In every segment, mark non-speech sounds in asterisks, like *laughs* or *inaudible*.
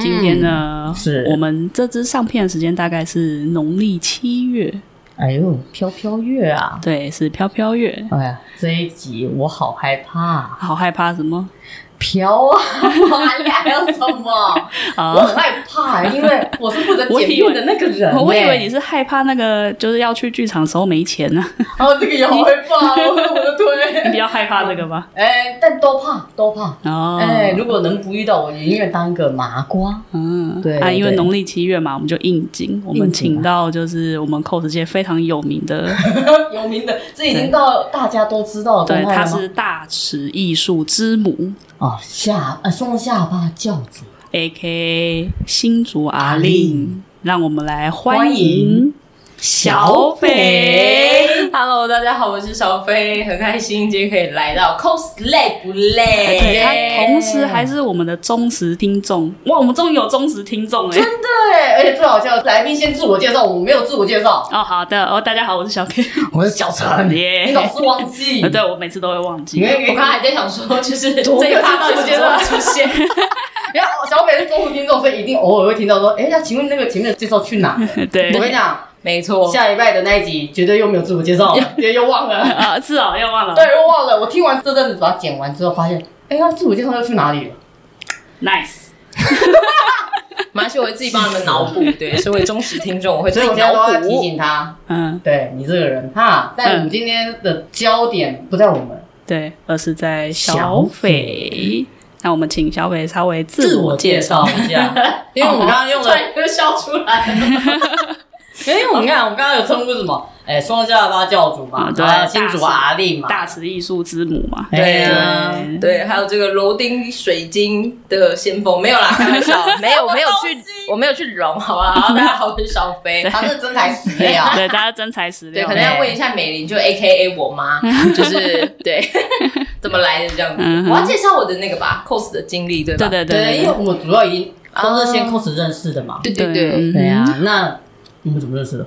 今天呢，嗯是我们这支上片的时间大概是农历七月，哎呦，飘飘月啊！对，是飘飘月。哎呀，这一集我好害怕啊，好害怕什么？ *laughs* 飘啊！你还有什么？啊我很害怕，因为我是负责我剪以为片的那个 *laughs* 人、 *laughs* 欸我以为你是是害怕那个，就是要去剧场的时候没钱 *laughs* 呢、哦，这个也好害怕，我我的你比 *laughs* 腿。较害怕这个吧？哎，但都怕，都怕。哦，哎，如果能不遇到，我宁愿当一个麻瓜。嗯，对啊，因为对农历七月嘛，我们就应景，我们应景啊请到就是我们 cos 界非常有名的， *laughs* 有名的，这已经到大家都知道的对，状态他了吗？是大池艺术之母哦，下呃松下巴教主， ，A K 新竹阿阿令令，让我们来欢欢迎迎小斐。 Hello，大家好，我是小飞，很开心今天可以来到 cos 累不累？对，他同时还是我们的忠实听众，哇，我们终于有忠实听众哎！对，而且最好笑的是，来宾先自我介绍，我没有自我介绍，哦，好的，哦，大家好，我是小 K， *laughs* 我是小陈耶你老是忘 *laughs* 记呃，。对我每次都会忘记你，看，我我刚刚才才还在想说，就是左这一趴到底什么时候出现？ *laughs* 然后小北是中途听众，所以一定偶尔会听到说，哎，那请问那个前面的介绍去哪？ *laughs* 对我，跟你讲，没错，下礼拜的那一集绝对又没有自我介绍，也又忘了。啊，是 *laughs* 哦，又忘了，对，又忘了。我听完这阵子把它剪完之后，发现，哎、那自我介绍又去哪里了？ ，nice，马来西亚我会自己帮你们脑 *laughs* 补，对，身为忠实听众，我会自所以我己现在都脑要提补。醒他，嗯，对你这个人哈。但我们今天的焦点不在我们，对，而是在小小斐。那我们请小斐稍微自介绍。一下，哦因为我们刚刚用突了，然就笑出来了。因为我们看，我们刚刚有称呼什么？哎、双下巴教主嘛，啊对还有新主阿力嘛，大慈艺术之母嘛，对啊哎，对，还有这个楼丁水晶的先锋，没有啦，开玩 *laughs* 笑，没有没有去，我没有去融，好吧，好，大家好，我是小飞，他是真材实料 *laughs* 。对，大家真材实对，料可。能要问一下美玲，就 A K A 我 *laughs* 妈，就是对，怎么来的这样子嗯？哼我要介绍我的那个吧，cos 的经历，对吧？对对对，因为对我主要已经都是先 cos 认识的嘛。对对对对，嗯对啊，那你们怎么认识的？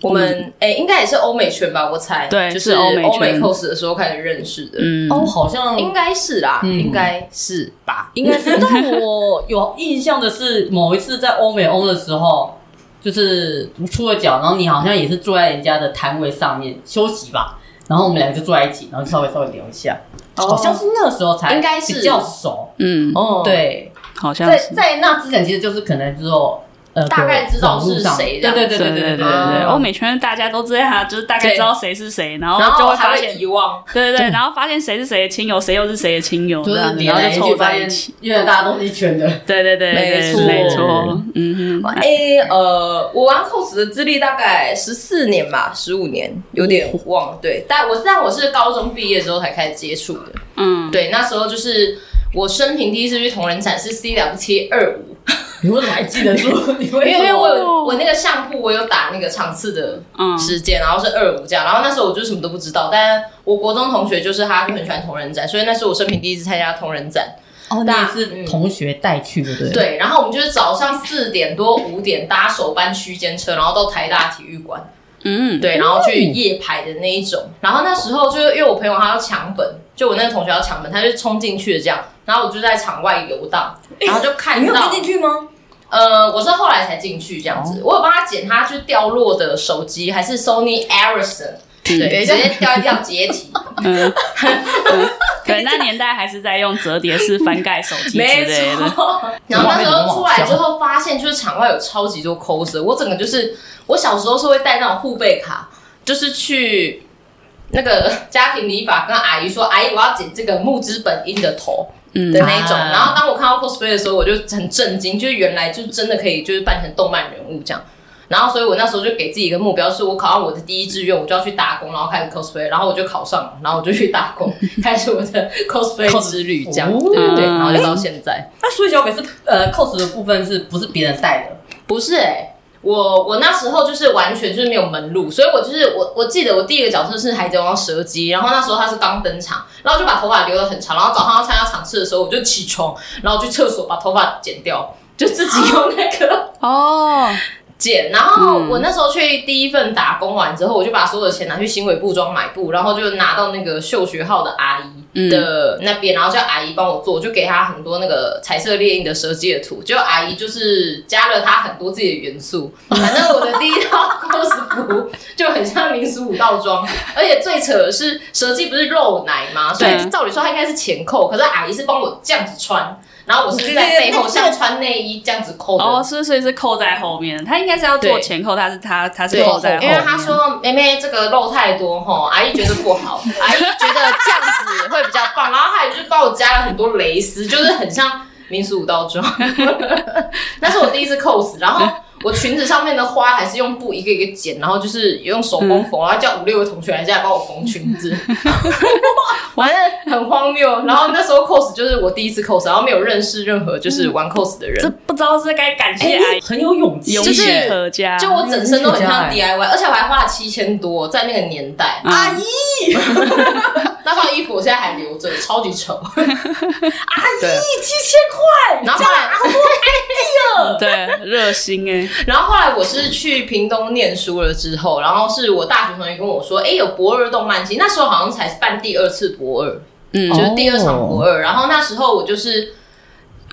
我们诶、应该也是欧美圈吧，我猜，对就是欧美圈欧美 cos 的时候开始认识的，嗯，哦，好像应该是啦，嗯应该是吧，应 *laughs* 该是。但我有印象的是，某一次在欧美欧的时候，就是出了脚，然后你好像也是坐在人家的摊位上面休息吧，然后我们两个就坐在一起，然后稍微稍微聊一下，好像是那时候才应该是比较熟。嗯，哦，，对，好像在是。在那之前，其实就是可能只有呃大概知道是对谁这样对对对对对对对哦对对，哦嗯欧美圈大家都这样啊，就是大概知道谁是谁，然后然就后会还发会现，*laughs* 遗忘，对对对，然后发现谁是谁的亲友，谁又是谁的亲友，就这是样子，连然后来就去凑发在一现起。，因为大家都是一圈的，对对对对，没错没错，嗯哼，诶、呃，我玩 cos 的资历大概十四年吧，十五年，有点忘了。对，但我但我是高中毕业之后才开始接触的。嗯，对，那时候就是我生平第一次去同人展是 CWT 二五，你为什么还记得住？你为因什为因为么我有我那个相簿，我有打那个场次的嗯时间，然后是二五这样，然后那时候我就什么都不知道，但我国中同学就是他就很喜欢同人展，所以那是我生平第一次参加同人展。哦，你大也是同学带去的，对不对？对，然后我们就是早上四点多五点搭首班区间车，然后到台大体育馆，嗯，对，然后去夜排的那一种。然后那时候就是因为我朋友他要抢本，就我那个同学要抢本，他就冲进去了这样，然后我就在场外游荡，然后就看你没有到跟进去吗？呃，我是后来才进去这样哦子，我有帮他捡他去掉落的手机，还是 Sony Ericsson，对，直接掉一掉阶 *laughs* 梯，嗯，可能那年代还是在用折叠式翻盖手机之类的，错。然后那时候出来之后，发现就是场外有超级多 coser，我整个就是我小时候是会带那种护贝卡，就是去。那个家庭理发跟阿姨说：“阿姨，我要剪这个木之本樱的头嗯的那一种。啊然后当我看到 cosplay 的时候，我就很震惊，就是原来就真的可以就是扮成动漫人物这样。然后所以我那时候就给自己一个目标，就是我考上我的第一志愿，我就要去打工，然后开始 cosplay，然后我就考上了，然后我就去打工， *laughs* 开始我的 cosplay 之旅，这样哦对对对，然后就到现在。那所以小北是呃 cos 的部分是不是别人带的？不是哎、我我那时候就是完全就是没有门路，所以我就是我我记得我第一个角色是海贼王蛇姬，然后那时候他是刚登场，然后就把头发留得很长，然后早上要参加场次的时候我就起床，然后去厕所把头发剪掉，就自己用那个。哦，剪。然后嗯我那时候去第一份打工完之后，我就把所有的钱拿去新伟布庄买布，然后就拿到那个秀学号的阿姨的那边，然后叫阿姨帮我做，我就给她很多那个彩色猎鹰的设计的图，就阿姨就是加了她很多自己的元素。反正我的第一套 cos 服就很像民俗舞道装，而且最扯的是蛇姬不是露奶吗？所以对照理说它应该是前扣，可是阿姨是帮我这样子穿。然后我是在背后像穿内衣这样子扣的，哦，所以所以是扣在后面的，他应该是要做对前扣，他是他他是对，扣在后因面。为他说妹妹这个肉太多吼，阿姨觉得不好，阿姨觉得这样子会比较棒，然后还有就是帮我加了很多蕾丝，就是很像民俗舞道装。 *laughs* 那是我第一次 cos，然后我裙子上面的花还是用布一个一个剪，然后就是用手工缝，然后叫五六个同学来家里帮我缝裙子， *laughs* 反正很荒谬。然后那时候 cos 就是我第一次 cos，然后没有认识任何就是玩 cos 的人，这不知道是该感哎谢阿姨，很有勇气勇就是气可嘉。就我整身都很像嗯 DIY，而且我还花了七千多，在那个年代，啊嗯阿姨，那套衣服我现在还留着，超级丑。阿姨，七千然后后来，对热心哎，然后后来我是去屏东念书了之后，然后是我大学同学跟我说，哎，有博二动漫季，那时候好像才办第二次博二，嗯就是第二场博二。然后那时候我就是。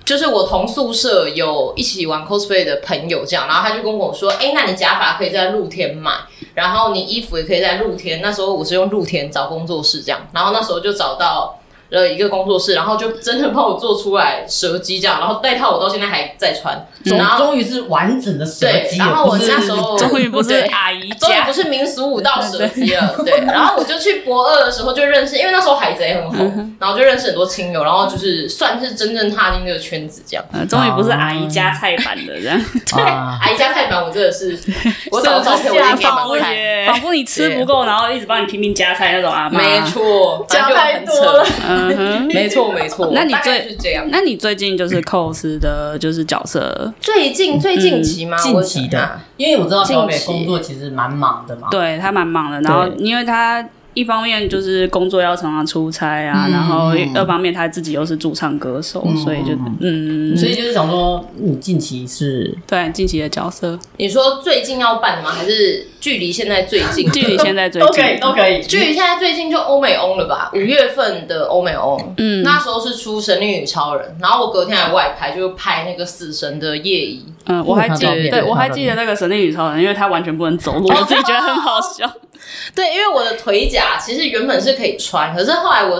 就是我同宿舍有一起玩 cosplay 的朋友，这样，然后他就跟我说：“哎、那你假发可以在露天买，然后你衣服也可以在露天。”那时候我是用露天找工作室这样，然后那时候就找到了一个工作室，然后就真的帮我做出来蛇姬这样，然后那套我到现在还在穿。块，终然后终于是完整的蛇对，姬然了，后我不是那时候终于不是对阿姨终于家不，是民俗舞蹈蛇姬了，对。然后我就去博二的时候就认识，因为那时候海贼很红，然后就认识很多亲友，然后就是算是真正踏进这个圈子这样。呃终于不是阿姨家哦菜版的 *laughs* 这样，对，啊阿姨家菜版我真的是，我找照片我啊一定给仿你佛们看。 *laughs* 也仿佛你吃不够，然后一直帮你拼命夹菜那种阿妈。没错，讲太多反正就了很扯。嗯哼。没错没错，那你大概最是这样。那你最近就是 cos 的，就是角色，最近最近期吗？嗯近我期想的啊，因为我知道小北近期工作其实蛮忙的嘛，对他蛮忙的。然后对因为他一方面就是工作要常常出差啊，嗯然后嗯二方面他自己又是驻唱歌手，嗯所以就嗯嗯，所以就是想说你近期是对近期的角色，你说最近要办的吗？还是距离现在最近？距离现在 *laughs* 最都可以近，都可以，距离现在最近就欧美欧了吧？五月份的欧美欧，嗯，那时候是出《神力女超人》，然后我隔天还外拍，就是拍那个死神的夜衣，嗯，我还看记照片对看我还照记得片那个神力女超人，因为她完全不能走 *laughs* 路，我自己觉得很好笑。对，因为我的腿甲其实原本是可以穿，可是后来我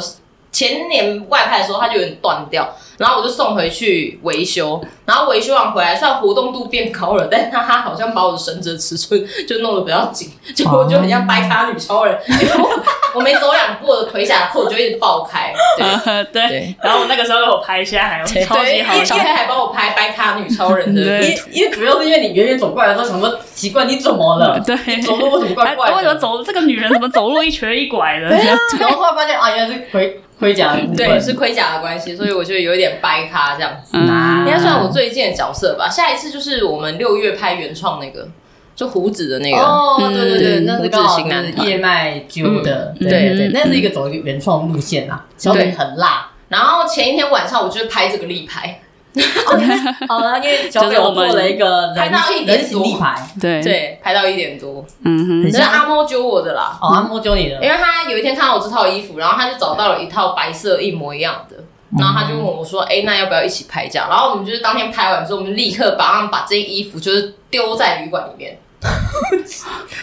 前年外拍的时候它就有点断掉，然后我就送回去维修，然后维修完回来，虽然活动度变高了，但是它好像把我的绳子的尺寸就弄得比较紧，就我就很像白卡女超人，因为我我每走两步，我的腿甲的扣就一直爆开，对。呃 *laughs* 对对，然后我那个时候有拍下来，我超级对，好小笑黑。还帮我拍白卡女超人 *laughs* 的对对，因因为主要是因为你远远走过来的时候，想说奇怪你怎么了？对你走路为什么怪哎怪的？为什么走这个女人怎么走路一瘸一拐的？ *laughs* 然后后来发现啊，原 *laughs* 来是盔盔甲的部分对是盔甲的关系，所以我就有点掰咖这样子。嗯应该算我最近的角色吧。下一次就是我们六月拍原创那个，就胡子的那个。哦，对对对，嗯那是胡子刚好型男是叶脉灸的，嗯对嗯对，那是一个走原创路线啊，小北很辣。然后前一天晚上我就是拍这个立牌，哦，因为小就北是我我们嗯做了一个拍人到一点人形立牌， *laughs* 对，对，拍到一点多，嗯很是像阿猫揪我的啦。哦，他摸揪你了因，为他有一天看到我这套衣服，然后他就找到了一套白色一模一样的，然后他就问我说：“哎、那要不要一起拍这样？”然后我们就是当天拍完之后，我们立刻马上把这件衣服就是丢在旅馆里面，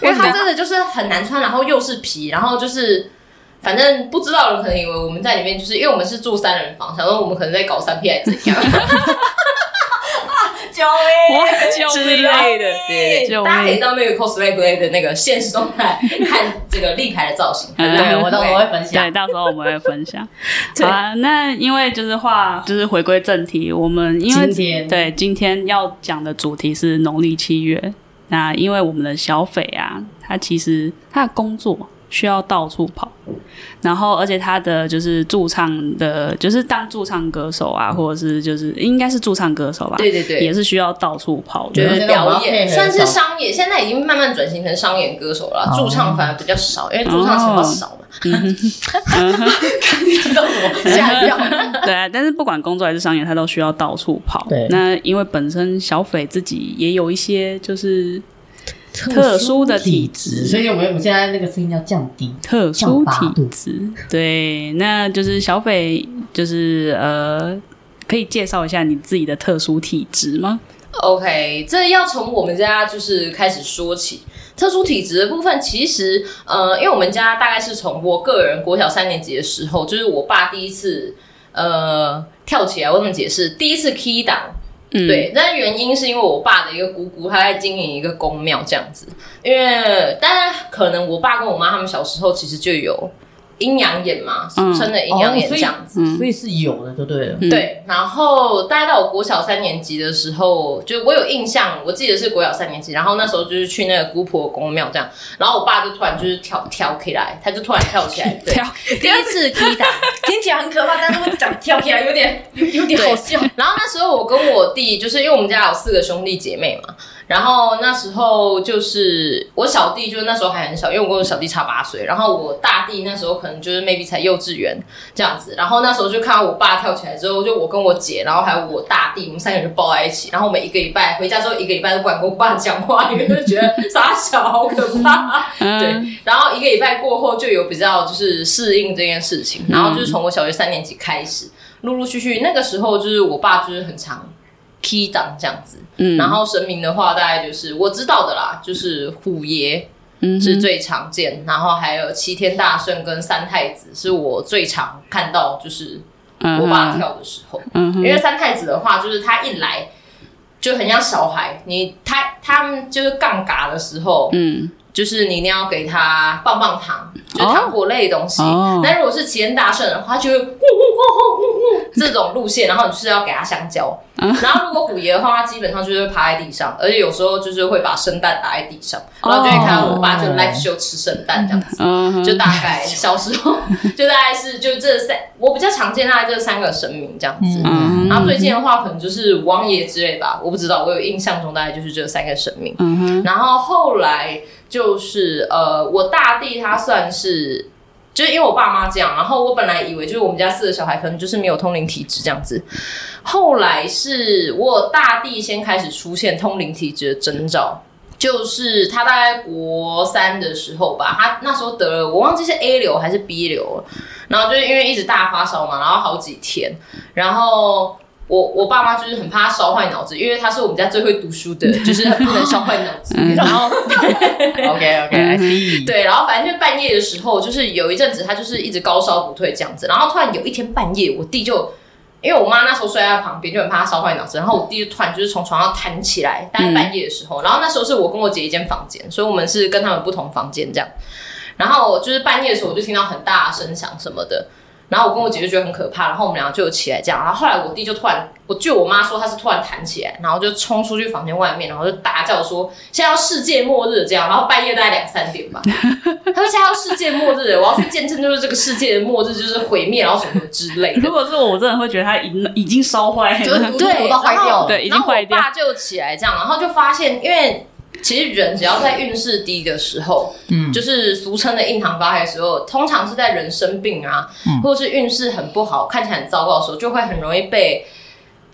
因为它真的就是很难穿，然后又是皮，然后就是。反正不知道的人可能以为我们在里面，就是因为我们是住三人房，想说我们可能在搞三 P 还是怎样揪哎，我救命啊！的， *laughs* 对对救对，命大家可以到那个 cosplay play 的那个现实动态看这个立牌的造型。嗯对我到我会分对，享，到时候我们会分享。对好啊，那因为就是话，就是回归正题，我们因为今天对今天要讲的主题是农历七月，那因为我们的小斐啊，他其实他的工作需要到处跑，然后而且他的就是驻唱的，就是当驻唱歌手啊，或者是就是应该是驻唱歌手吧，对对对也是需要到处跑就的。是表演，算是商业，现在已经慢慢转型成商演歌手了啦，驻唱反而比较少，因为驻唱钱比较少嘛。听到我吓一跳， *laughs* 对啊，但是不管工作还是商业，他都需要到处跑。对那因为本身小斐自己也有一些就是特殊的体质，所以我们我们现在那个声音要降低。特殊像八体度质。嗯对，那就是小斐，就是呃，可以介绍一下你自己的特殊体质吗？ OK，这要从我们家就是开始说起。特殊体质的部分，其实呃，因为我们家大概是从我个人国小三年级的时候，就是我爸第一次呃跳起来，我怎么解释？第一次 key 档，嗯，对，但原因是因为我爸的一个姑姑，她在经营一个公庙这样子。因为当然可能我爸跟我妈他们小时候其实就有阴阳眼嘛，俗称的阴阳眼这样子。哦所以是有的，就对了。嗯对，然后大概到我国小三年级的时候，就我有印象，我记得是国小三年级，然后那时候就是去那个姑婆公庙这样，然后我爸就突然就是跳跳起来，他就突然跳起来，对，跳第一次踢打，听起来很可怕，但是我讲跳起来有点有有点好笑。然后那时候我跟我弟，就是因为我们家有四个兄弟姐妹嘛，然后那时候就是我小弟，就是那时候还很小，因为我跟我小弟差八岁，然后我大弟那时候可能就是 maybe 才幼稚园这样子，然后那时候就看到我爸跳起来之后，就我跟我姐，然后还有我大弟，我们三个人就抱在一起，然后我们一个礼拜回家之后，一个礼拜都不敢跟我爸讲话，因为就觉得傻小好可怕。嗯，对，然后一个礼拜过后就有比较就是适应这件事嗯情，然后就是从我小学三年级开始，陆陆续续那个时候就是我爸就是很常 key 档这样子，嗯然后神明的话大概就是我知道的啦，就是虎爷嗯是最常见，然后还有齐天大圣跟三太子是我最常看到就是我爸跳的时候，嗯因为三太子的话，就是他一来就很像小孩，你他他们就是杠嘎的时候，嗯，就是你一定要给他棒棒糖，就是糖果类的东西。哦那如果是齐天大圣的话，他就会呼呼呼呼呼呼这种路线，然后你就是要给他香蕉。然后如果虎爷的话，他基本上就是会趴在地上，而且有时候就是会把圣诞打在地上，然后就会看到我爸就 live show 吃圣诞这样子。嗯就大概小时候，就大概是就这三，我比较常见大概这三个神明这样子。嗯然后最近的话，可能就是王爷之类吧，我不知道，我有印象中大概就是这三个神明。嗯哼然后后来就是呃，我大弟他算是。就是因为我爸妈这样，然后我本来以为就是我们家四个小孩可能就是没有通灵体质这样子，后来是我大弟先开始出现通灵体质的征兆，就是他大概国三的时候吧，他那时候得了我忘记是 A 流还是 B 流了，然后就是因为一直大发烧嘛，然后好几天，然后。我我爸妈就是很怕他烧坏脑子，因为他是我们家最会读书的，就是很不能烧坏脑子。然后 *laughs* OK 哎 OK，嗯哼对，然后反正就半夜的时候，就是有一阵子他就是一直高烧不退这样子，然后突然有一天半夜，我弟就因为我妈那时候睡在他旁边，就很怕他烧坏脑子，然后我弟就突然就是从床上弹起来，大概半夜的时候，然后那时候是我跟我姐一间房间，所以我们是跟他们不同房间这样，然后就是半夜的时候我就听到很大的声响什么的。然后我跟我姐就觉得很可怕，然后我们俩就起来这样。然后后来我弟就突然，我据我妈说他是突然弹起来，然后就冲出去房间外面，然后就大叫说现在要世界末日这样。然后半夜大概两三点吧，他说现在要世界末日，我要去见证就是这个世界的末日就是毁灭，然后什么之类的如。果是我，我真的会觉得他已已经烧坏就是了。毒对毒到坏然掉后了。对已经然后坏我掉爸就起来这样，然后就发现，因为其实人只要在运势低的时候，嗯就是俗称的印堂发黑的时候，通常是在人生病啊，嗯或者是运势很不好、看起来很糟糕的时候，就会很容易被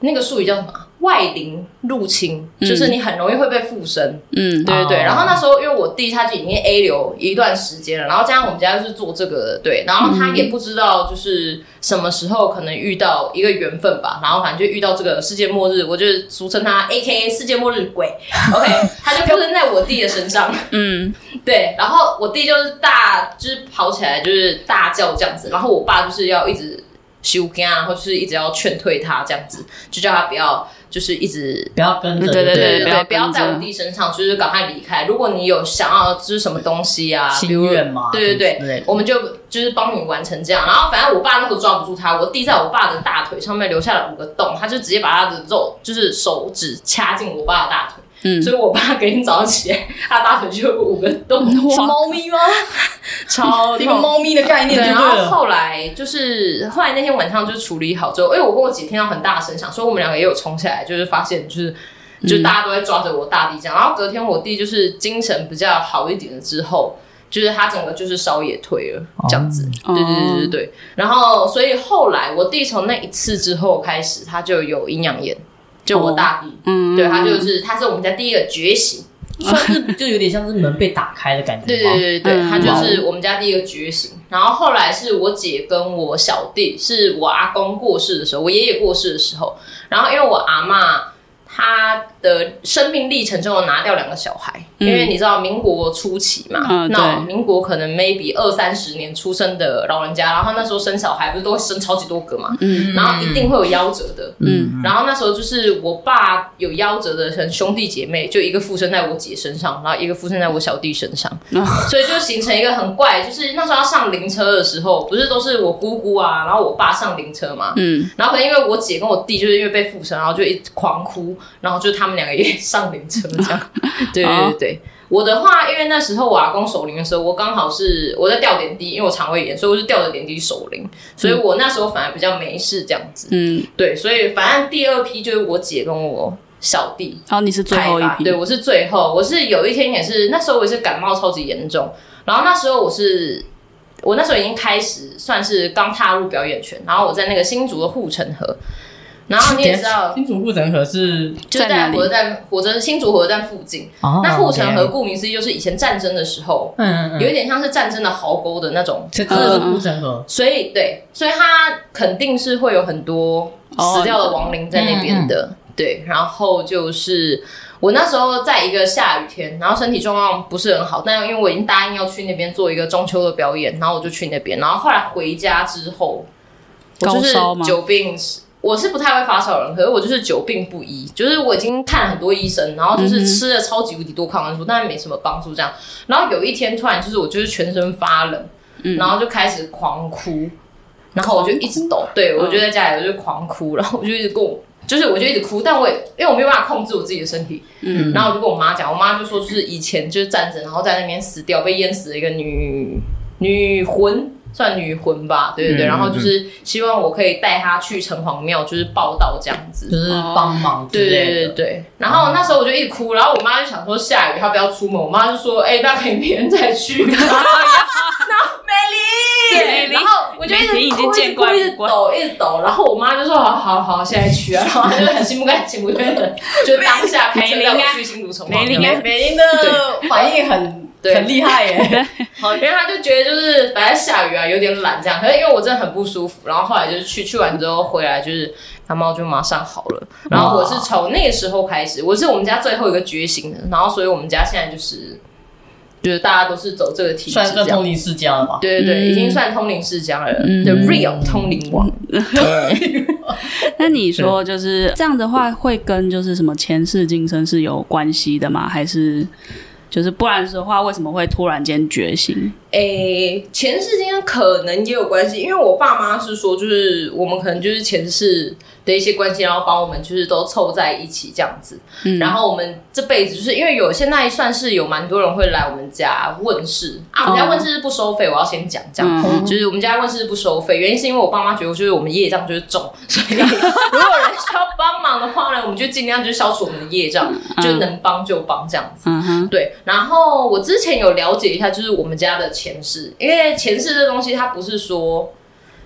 那个术语叫什么啊外灵入侵，就是你很容易会被附身。嗯对对对，哦然后那时候因为我弟他就已经 A 流一段时间了，然后加上我们家又是做这个的，对，然后他也不知道就是什么时候可能遇到一个缘分吧，然后反正就遇到这个世界末日，我就是俗称他 A K A 世界末日鬼，OK，他就附身在我弟的身上， *laughs* 嗯对，然后我弟就是大就是跑起来就是大叫这样子，然后我爸就是要一直修干，然后就是一直要劝退他这样子，就叫他不要就是一直不要跟着，对对对对对，不不要要跟着在我弟身上，就是赶快离开。如果你有想要就是什么东西啊，比心如愿嘛，对对之对类，的我们就就是帮你完成这样。然后反正我爸那时候抓不住他，我弟在我爸的大腿上面留下了五个洞，他就直接把他的肉就是手指掐进我爸的大腿，嗯所以我爸隔天早上起来，他大腿就有五个洞，哇猫咪吗？超一个痛。猫咪的概念对，就然对后了。后来就是后来那天晚上就处理好之后，因为哎我跟我姐听到很大声响，所以我们两个也有冲下来，就是发现就是就大家都在抓着我大弟这样。然后隔天我弟就是精神比较好一点了之后，就是他整个就是烧也退了这样子。哦对对对对对。然后所以后来我弟从那一次之后开始，他就有阴阳眼，就我大弟，嗯，对他就是他是我们家第一个觉醒。算是就有点像是门被打开的感觉。对对对对对，嗯他就是我们家第一个觉醒。然后后来是我姐跟我小弟，是我阿公过世的时候，我爷爷过世的时候，然后因为我阿嬷她的生命历程中有拿掉两个小孩，因为你知道民国初期嘛，嗯那对民国可能 maybe 二三十年出生的老人家，然后那时候生小孩不是都会生超级多个嘛，嗯然后一定会有夭折的，嗯然后那时候就是我爸有夭折的，成兄弟姐妹，就一个附身在我姐身上，然后一个附身在我小弟身上，所以就形成一个很怪，就是那时候要上灵车的时候，不是都是我姑姑啊，然后我爸上灵车嘛，嗯，然后可能因为我姐跟我弟就是因为被附身，然后就一直狂哭，然后就他们两个也上灵车这样，对对对对。我的话，因为那时候我阿公守灵的时候，我刚好是我在吊点滴，因为我肠胃炎，所以我是吊着点滴守灵，所以我那时候反而比较没事这样子。嗯，对，所以反正第二批就是我姐跟我小弟然后你是最后一派发批，对我是最后，我是有一天也是那时候我也是感冒超级严重，然后那时候我是我那时候已经开始算是刚踏入表演圈，然后我在那个新竹的护城河，然后你也知 *laughs* 道。新竹护城河是就是在哪在里火车站，火车新竹火车站附近。哦那护城河，顾名思义，就是以前战争的时哦候，嗯嗯有一嗯，点像是战争的壕沟的那种这真的是护城嗯河。所以对，所以他肯定是会有很多死掉的亡灵在那边的。对，然后就是我那时候在一个下雨天，然后身体状况不是很好，但因为我已经答应要去那边做一个中秋的表演，然后我就去那边。然后后来回家之后，我就高是烧吗久病。我是不太会发烧的人，可是我就是久病不医，就是我已经看了很多医生，然后嗯就是吃了超级无敌多抗生素，但是没什么帮助这样。然后有一天突然就是我就是全身发冷，嗯然后就开始狂哭，然后我就一直抖，对嗯我就在家里我就狂哭， *laughs* 然后我就一直跟我，就是我就一直哭，但我也因为我没有办法控制我自己的身体，嗯然后我就跟我妈讲，我妈就说就是以前就是战争，然后在那边死掉被淹死的一个女女魂。算女魂吧，对对对，嗯然后就是希望我可以带她去城隍庙，就是报道这样子，就是帮忙之嗯对对类的。对对。然后那时候我就一直哭，然后我妈就想说下雨她不要出门，我妈就说哎、那可以明天再去。 *laughs* 然后 *laughs* 美美丽，丽然后我就一直哭，美一丽已直经哭，见怪一直不怪抖，一直抖。然后我妈就说好好好，现在去啊。然后她就很心不甘情不 *laughs* 愿的，就当下开车带我去新竹城美隍丽庙啊。美美玲的反应很对很厉 *laughs* 害耶，好，因为他就觉得就是反正下雨啊，有点懒这样。可是因为我真的很不舒服，然后后来就是去去完之后回来，就是感冒就马上好了。然后我是从那个时候开始，我是我们家最后一个觉醒的，然后所以我们家现在就是就是大家都是走这个体制算这算样。通灵世家了吧？对对对，嗯已经算通灵世家了嗯，The Real 通灵王。那你说就是这样的话，会跟就是什么前世今生是有关系的吗？还是就是不然的话，为什么会突然间觉醒？诶、前世今生可能也有关系，因为我爸妈是说，就是我们可能就是前世的一些关系，然后把我们就是都凑在一起这样子。嗯然后我们这辈子就是因为有现在算是有蛮多人会来我们家问事啊，我们家问事是不收费，我要先讲这样。嗯就是我们家问事是不收费，原因是因为我爸妈觉得就是我们业障就是重，所 *laughs* 以如果有人需要帮忙的话呢，我们就尽量就是消除我们的业障，就能帮就帮这样子。嗯哼，对，然后我之前有了解一下，就是我们家的前世，因为前世这东西它不是说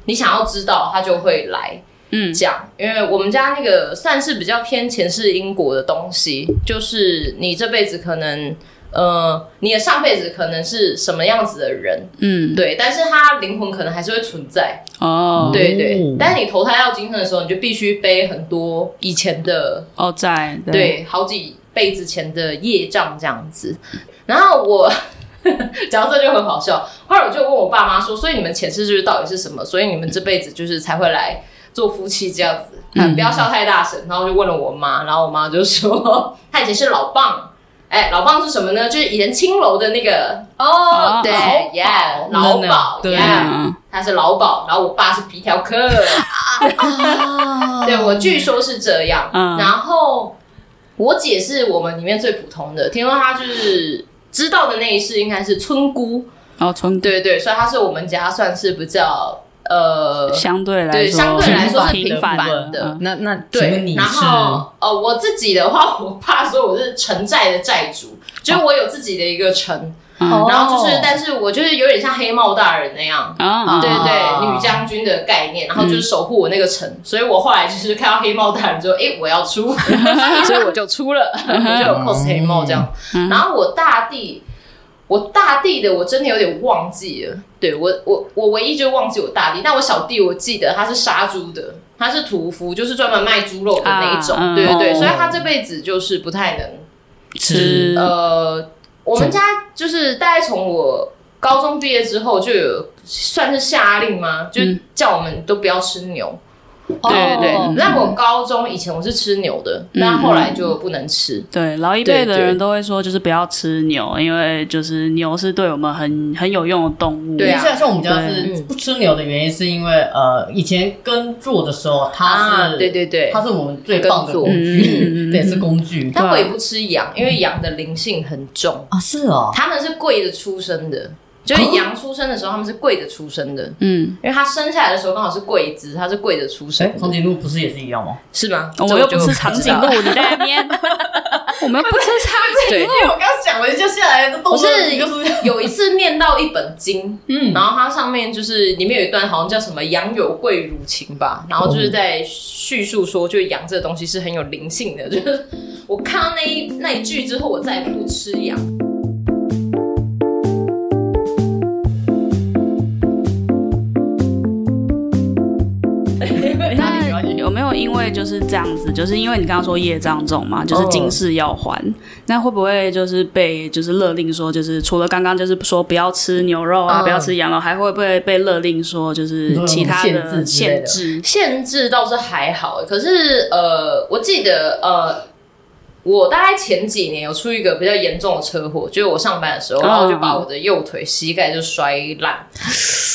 你想要知道它就会来嗯讲，因为我们家那个算是比较偏前世因果的东西，就是你这辈子可能。呃，你的上辈子可能是什么样子的人，嗯，对，但是他灵魂可能还是会存在，哦，对哦对。但是你投胎到今生的时候，你就必须背很多以前的哦，在，对，好几辈子前的业障这样子。然后我 *laughs* 讲到这就很好笑，后来我就问我爸妈说，所以你们前世就是到底是什么？所以你们这辈子就是才会来做夫妻这样子，啊不要笑太大声。然后就问了我妈，然后我妈就说， *laughs* 她以前是老棒。哎，老棒是什么呢？就是以前青楼的那个哦对老鸨耶，老真的鸨对耶，嗯他是老鸨，然后我爸是皮条客。哦哦对我据说是这样，嗯然后我姐是我们里面最普通的，听说她就是知道的那一世应该是村姑，然后从对对，所以她是我们家算是比较呃相对来对说， *laughs* 相对来说是平平凡凡的嗯那那请问对，你然是后呃，我自己的话， *laughs* 我爸说我是城寨的寨主，哦就是我有自己的一个城，嗯然后就是，但是我就是有点像黑帽大人那样，啊，嗯对对，啊女将军的概念，然后就是守护我那个城，所以我后来就是看到黑帽大人之后，诶，我要 *laughs* 出，所以我就出了， *laughs* 我就有 cos 黑帽这样。嗯然后我大弟，我大弟的我真的有点忘记了，对我我我唯一就忘记我大弟，但我小弟我记得他是杀猪的。他是屠夫，就是专门卖猪肉的那一种，啊嗯对对对，哦所以他这辈子就是不太能吃呃，我们家就是大概从我高中毕业之后就有算是下令吗？就嗯叫我们都不要吃牛。对对对哦对，那、我高中以前我是吃牛的，嗯但后来就不能吃。对，老一辈对的对人都会说，就是不要吃牛，因为就是牛是对我们很很有用的动物。对啊像像我们家对是嗯不吃牛的原因，是因为呃，以前耕作的时候，它啊，是对对对它。是我们最棒的工嗯嗯嗯具，嗯对，是工具但我也不吃羊，因为羊的灵性很重，啊，是哦，他们是跪着出生的。就是羊出生的时候，他们是跪着出生的，嗯，因为它生下来的时候刚好是跪姿，它是跪着出哎生，长哦的，颈鹿不是也是一样吗？是吗？这我又就不是知长颈道鹿，你在那 *laughs* 边，我们又不吃长颈对鹿。我刚想了一下下来的动我作，是就是 *laughs* 有一次念到一本经，嗯然后它上面就是里面有一段好像叫什么“羊有贵乳情”吧，然后就是在叙述说，就羊这个东西是很有灵性的。就是我看到那一那一句之后，我再也不吃羊。那有没有因为就是这样子，就是因为你刚刚说业障重嘛，哦就是今世要还，那会不会就是被就是勒令说，就是除了刚刚就是说不要吃牛肉啊，嗯不要吃羊肉，还会不会被勒令说就是其他你说有什的么限制之类限的制？限制倒是还好，可是呃，我记得呃，我大概前几年有出一个比较严重的车祸，就是我上班的时候，哦然后就把我的右腿膝盖就摔烂，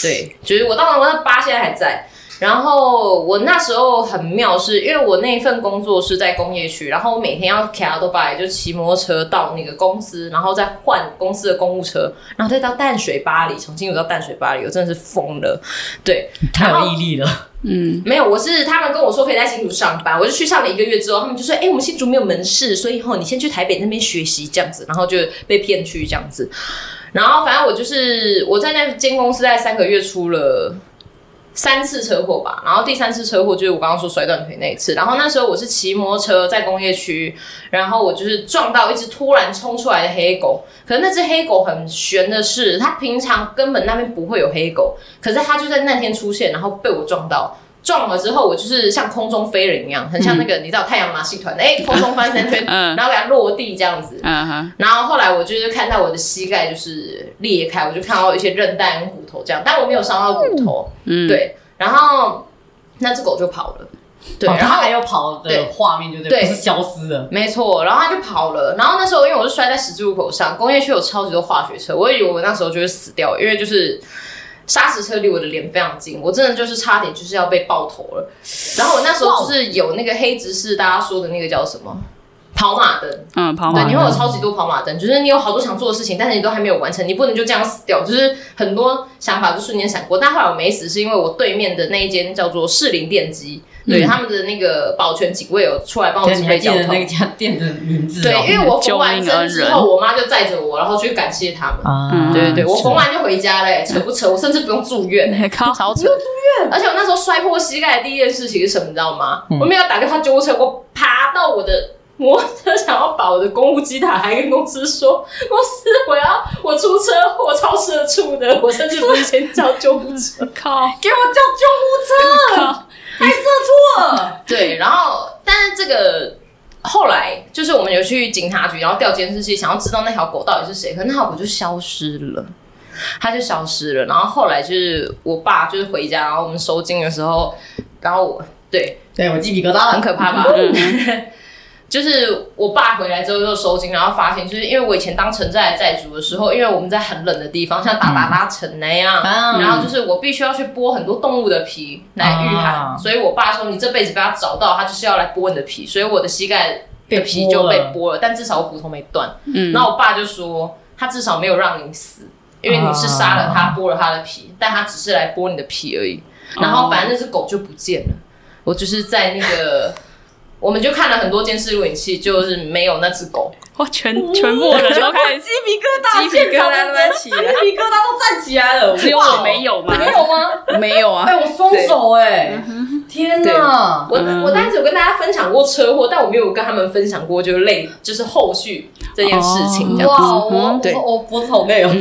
对，就是我当然我那疤现在还在。然后我那时候很妙是，因为我那一份工作是在工业区，然后我每天要卡多巴，就骑摩托车到那个公司，然后再换公司的公务车，然后再到淡水巴黎，从新竹到淡水巴黎，我真的是疯了。对，太有毅力了。嗯，没有，我是他们跟我说可以在新竹上班，我就去上了一个月之后，他们就说：“哎、我们新竹没有门市，所以以后你先去台北那边学习这样子。”然后就被骗去这样子。然后反正我就是我在那间公司在三个月出了三次车祸吧，然后第三次车祸就是我刚刚说摔断腿那一次。然后那时候我是骑摩托车在工业区，然后我就是撞到一只突然冲出来的黑狗，可是那只黑狗很悬的是，它平常根本那边不会有黑狗，可是它就在那天出现，然后被我撞到。撞了之后，我就是像空中飞人一样，很像那个、你知道太阳马戏团，哎、空中翻三圈，嗯然后给它落地这样子。嗯哼，然后后来我就是看到我的膝盖就是裂开，我就看到一些韧带跟骨头这样，但我没有伤到骨头。嗯，对，然后那只狗就跑了。对，哦然它后还有跑的对画面，就对不是消失了。没错，然后它就跑了。然后那时候因为我是摔在十字路口上，工业区有超级多化学车，我以为我那时候就会死掉，因为就是砂石车离我的脸非常近，我真的就是差点就是要被爆头了。然后我那时候就是有那个黑执事大家说的那个叫什么跑马灯。嗯，跑对，马你会有超级多跑马灯，就是你有好多想做的事情，但是你都还没有完成，你不能就这样死掉。就是很多想法就瞬间闪过，但后来我没死，是因为我对面的那一间叫做士林电机，对、他们的那个保全警卫有出来帮我嗯对，指你还挥记交得通那。家店的名字哦？对，因为我缝完救命恩针人之后，我妈就载着我，然后去感谢他们。嗯啊，对对对，我是缝完就回家嘞，扯不扯？我甚至不用住院 *laughs* 嘞。*laughs* 靠，超扯，而且我那时候摔破膝盖的第一件事情是什么，你知道吗？我没有打电话救护车，我爬到我的摩托车，想要把我的公务机打，还跟公司说，公司我要我出车祸，超社畜的，我甚至不是先叫救护车，靠，给我叫救护车。 *laughs* 靠，对，然后但是这个后来就是我们有去警察局，然后调监视器，想要知道那条狗到底是谁，可那条狗就消失了。它就消失了，然后后来就是我爸就是回家，然后我们收金的时候，然后我对对我鸡皮疙瘩很可怕吧？嗯哼 *laughs* 就是我爸回来之后就收金，然后发现就是因为我以前当城寨的寨主的时候，因为我们在很冷的地方，像达达拉城那样，嗯啊然后就是我必须要去剥很多动物的皮来御寒，啊所以我爸说你这辈子被他找到，他就是要来剥你的皮，所以我的膝盖的皮就被被剥了，但至少我骨头没断。嗯，然后我爸就说，他至少没有让你死，因为你是杀了他，剥了他的皮，但他只是来剥你的皮而已。然后反正那只狗就不见了，我就是在那个，我们就看了很多监视录影器，就是没有那只狗。哇，全全部人都开始，皮疙瘩鸡皮现疙瘩场都起来，皮疙瘩都站起来了，只有哇我没有嘛，没有吗？没有啊，哎，我松手哎，天哪！我嗯我当时有跟大家分享过车祸，但我没有跟他们分享过就是类就是后续这件事情这样。哇，我嗯对我我脖子好累哦，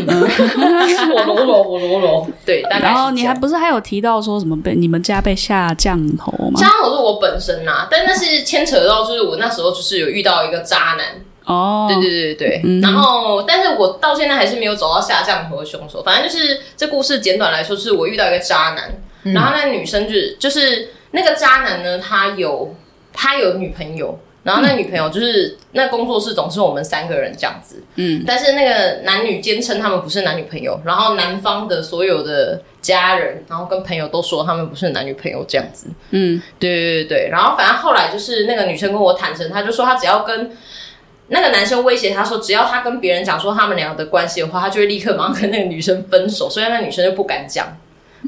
我揉揉我揉揉，对， *laughs* 大概是然后你这还样不是还有提到说什么被你们家被下降头吗？加上我是我本身呐、但那是牵扯到就是我那时候就是有遇到一个渣男，哦，对对对对，嗯然后但是我到现在还是没有找到下降头的凶手。反正就是这故事简短来说，是我遇到一个渣男，嗯然后那女生就是就是那个渣男呢，他有他有女朋友。然后那女朋友就是、那工作室总是我们三个人这样子，嗯，但是那个男女坚称他们不是男女朋友，然后男方的所有的家人，然后跟朋友都说他们不是男女朋友这样子，嗯，对对对对，然后反正后来就是那个女生跟我坦诚，她就说她只要跟那个男生威胁她说，只要她跟别人讲说他们俩的关系的话，她就会立刻马上跟那个女生分手，所以那女生就不敢讲。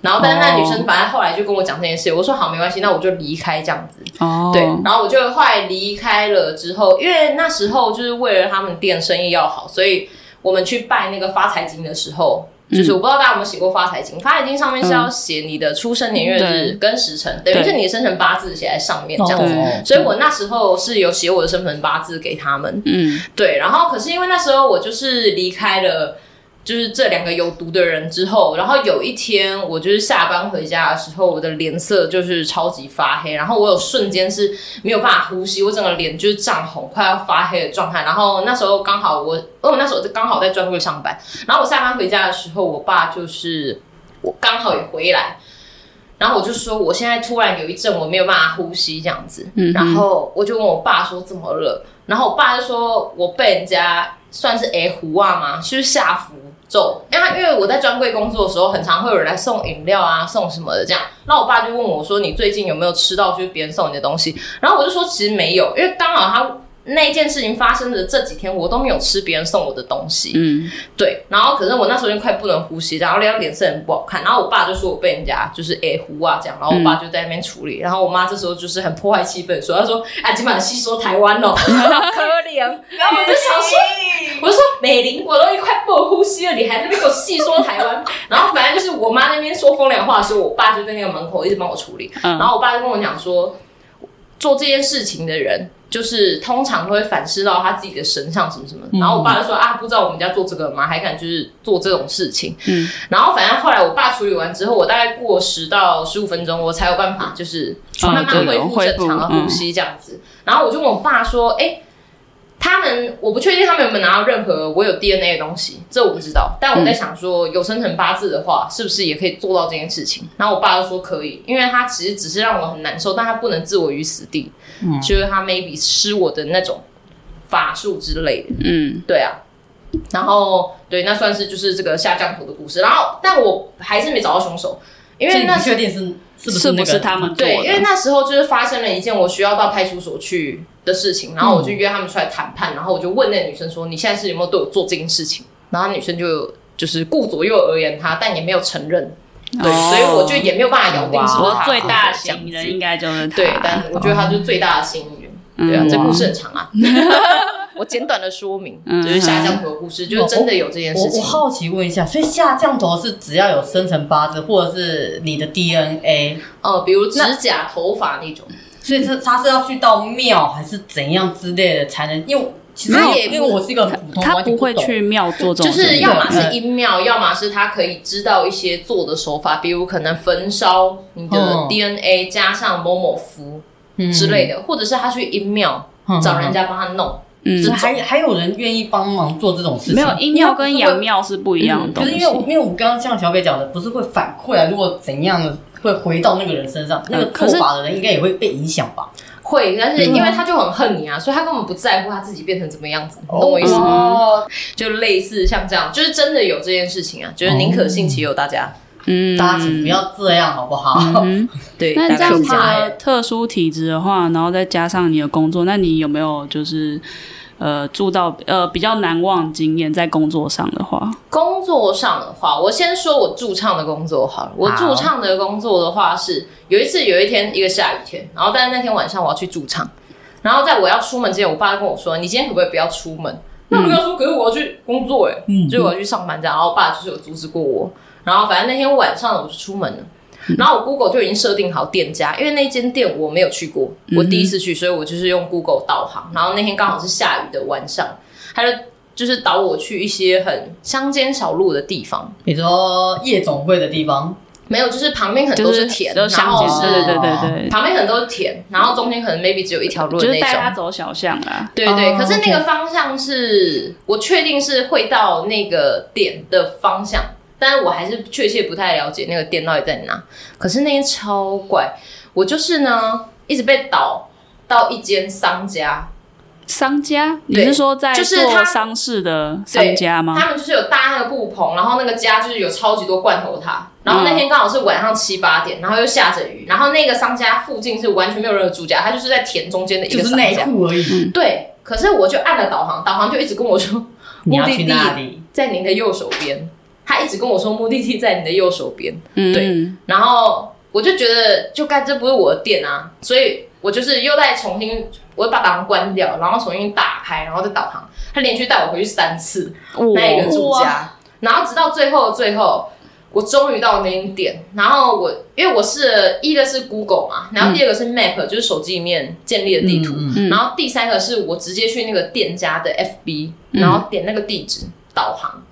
然后，但是那女生反正后来就跟我讲这件事，我说好，没关系，那我就离开这样子。哦，对，然后我就后来离开了之后，因为那时候就是为了他们店生意要好，所以我们去拜那个发财经的时候，嗯就是我不知道大家有没有写过发财经，发财经上面是要写你的出生年月日跟时辰，等于是你的生辰八字写在上面这样子。哦对所以我那时候是有写我的生辰八字给他们，嗯，对，然后可是因为那时候我就是离开了。就是这两个有毒的人之后，然后有一天我就是下班回家的时候，我的脸色就是超级发黑，然后我有瞬间是没有办法呼吸，我整个脸就是涨红，快要发黑的状态。然后那时候刚好我，因为我那时候刚好在专柜上班，然后我下班回家的时候，我爸就是我刚好也回来，然后我就说我现在突然有一阵我没有办法呼吸这样子，嗯哼然后我就问我爸说怎么了，然后我爸就说我被人家算是哎胡啊嘛，是不是下符咒？因为哎他因为我在专柜工作的时候，很常会有人来送饮料啊，送什么的这样。那我爸就问我说你最近有没有吃到就是别人送你的东西？然后我就说其实没有，因为刚好他。那件事情发生的这几天，我都没有吃别人送我的东西。嗯，对，然后可是我那时候就快不能呼吸，然后脸脸色很不好看，然后我爸就说我被人家就是哎呼啊这样，然后我爸就在那边处理，然后我妈这时候就是很破坏气氛，说她说啊今晚吸收台湾哦，可怜，然后我就想说。我就说美玲，我都快不能呼吸了，你还在那边给我细说台 *laughs* 湾。然后反正就是我妈那边说风凉话的时候，我爸就在那个门口一直帮我处理。嗯然后我爸就跟我讲说，做这件事情的人，就是通常都会反思到他自己的身上什么什么。然后我爸就说啊，不知道我们家做这个吗？还敢就是做这种事情。嗯，然后反正后来我爸处理完之后，我大概过十到十五分钟，我才有办法啊就是嗯慢慢恢复嗯对正常的呼吸这样子。然后我就问我爸说，哎、他们我不确定他们有没有拿到任何我有 DNA 的东西，这我不知道。但我在想说，有生辰八字的话，是不是也可以做到这件事情？然后我爸就说可以，因为他其实只是让我很难受，但他不能置我于死地，就是他 maybe 施我的那种法术之类的。嗯，对啊，然后对，那算是就是这个下降头的故事。然后，但我还是没找到凶手，因因为为你那不时确定是是不是是那不个是他们做对，的？因为那时候就是发生了一件我需要到派出所去的事情，然后我就约他们出来谈判，然后我就问那个女生说：“你现在是有没有对我做这件事情？”然后那女生就就是顾左右而言他，但也没有承认，对，哦所以我就也没有办法咬定是不是我他最大的这样嫌疑子人应该就是他，对，但我觉得他就是最大的嫌疑人。对啊，嗯这故事很长啊。 *laughs* 我简短的说明，嗯就是下降头的故事，就是真的有这件我事我情。好奇问一下，所以下降头是只要有生辰八字或者是你的 DNA，呃，比如指甲、头发那种，所以这他是要去到庙还是怎样之类的才能？因为其实没有也因为我是一个很普通，他完全不会懂去庙做这就种事情，是要么对是阴庙，要么是他可以知道一些做的手法，比如可能焚烧你的哦 DNA 加上某某符之类的，或者是他去阴庙嗯找人家帮他弄。嗯就还还有人愿意帮忙做这种事情？没有阴庙跟阳庙是不一样的可东嗯是西因为，我因为我刚刚像小北讲的，不是会反馈啊来，如果怎样的会回到那个人身上，那个呃可做是法的人应该也会被影响吧？会，但是因为他就很恨你啊，所以他根本不在乎他自己变成怎么样子，你懂我意思吗？哦，就类似像这样，就是真的有这件事情啊，就是宁可信其有，大家。嗯，大家请不要这样好不好？嗯哼对，那大这概样是子这样的特殊体质的话，然后再加上你的工作，那你有没有就是呃住到呃比较难忘经验在工作上的话？工作上的话，我先说我驻唱的工作好了。我驻唱的工作的话是，有一次有一天一个下雨天，然后但是那天晚上我要去驻唱，然后在我要出门之前，我爸跟我说：“你今天可不可以不要出门？”那我跟他说：“可是我要去工作、欸，哎、就我要去上班这样。”然后我爸就是有阻止过我。然后反正那天晚上我就出门了。然后我 Google 就已经设定好店家，因为那间店我没有去过，我第一次去，所以我就是用 Google 导航。然后那天刚好是下雨的晚上，他就就是导我去一些很乡间小路的地方， *laughs* 比如说夜总会的地方，没有，就是旁边很就多是是田，就是然相后见，是对对对对旁边很多是田，然后中间可能 maybe 只有一条路对，就的是那带他种。走小巷啊啦。对对，哦可是那 OK 个方向是我确定是会到那个点的方向，但是我还是确切不太了解那个店到底在哪。可是那天超怪，我就是呢一直被导到一间商家，商家，你对是说在就是做他丧事的对商家吗？他们就是有搭那个布棚，然后那个家就是有超级多罐头塔。然后那天刚好是晚上七八点，然后又下着雨，然后那个商家附近是完全没有任何住家，他就是在田中间的一就个是商内家。裤而已。对，可是我就按了导航，导航就一直跟我说你目要去的那地里？在您的右手边，他一直跟我说目的地在你的右手边，嗯，对然后我就觉得就干这不是我的店啊，所以我就是又再重新我把导航关掉，然后重新打开，然后再导航。他连续带我回去三次，哦那一个住家，哦然后直到最后的最后，我终于到那间店，然后我因为我试了一个是 Google 嘛，然后第二个是 Map，、就是手机里面建立的地图，嗯嗯然后第三个是我直接去那个店家的 FB，然后点那个地址导航，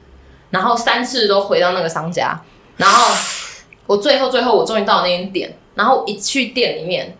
然后三次都回到那个商家，然后我最后最后我终于到那间店，然后一去店里面。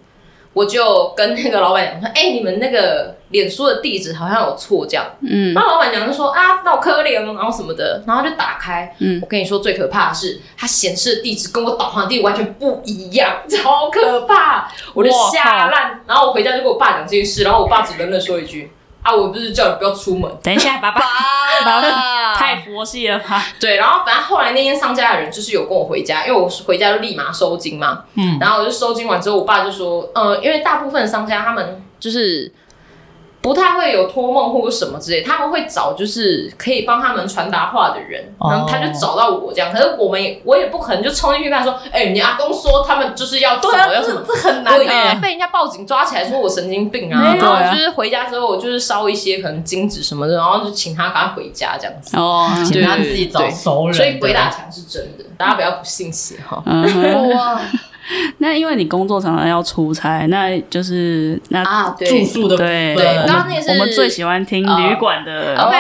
我就跟那个老板娘说：“哎、你们那个脸书的地址好像有错，这样。”嗯然后老板娘就说啊，那我可怜，然后什么的，然后就打开。嗯我跟你说，最可怕的是它显示的地址跟我导航的地址完全不一样，超可怕！我就吓烂。然后我回家就跟我爸讲这件事，然后我爸只冷冷说一句：“啊，我不是叫你不要出门。等一下，爸爸， *laughs* 爸爸 *laughs* 啊啊太佛系了吧？”对，然后反正后来那天商家的人就是有跟我回家，因为我回家就立马收金嘛。嗯然后我就收金完之后，我爸就说：“呃，因为大部分商家他们就是呃不太会有托梦或者什么之类，他们会找就是可以帮他们传达话的人，哦然后他就找到我这样。可是我们也我也不可能就冲进去跟他说：‘哎、你阿公说他们就是要怎对啊，这么要什么。’这很难我啊一的定。被人家报警抓起来，说我神经病没啊！有然对啊后就是回家之后，我就是烧一些可能金纸什么的，然后就请他赶快回家这样子。哦，请他啊自己找对熟人，所以鬼打墙是真的，大家不要不信邪哈。嗯哼，哇 *laughs* 那因为你工作常常要出差，那就是那啊，*laughs* 对，住宿的部对分我们刚刚那个是我们最喜欢听哦旅馆的呃哦，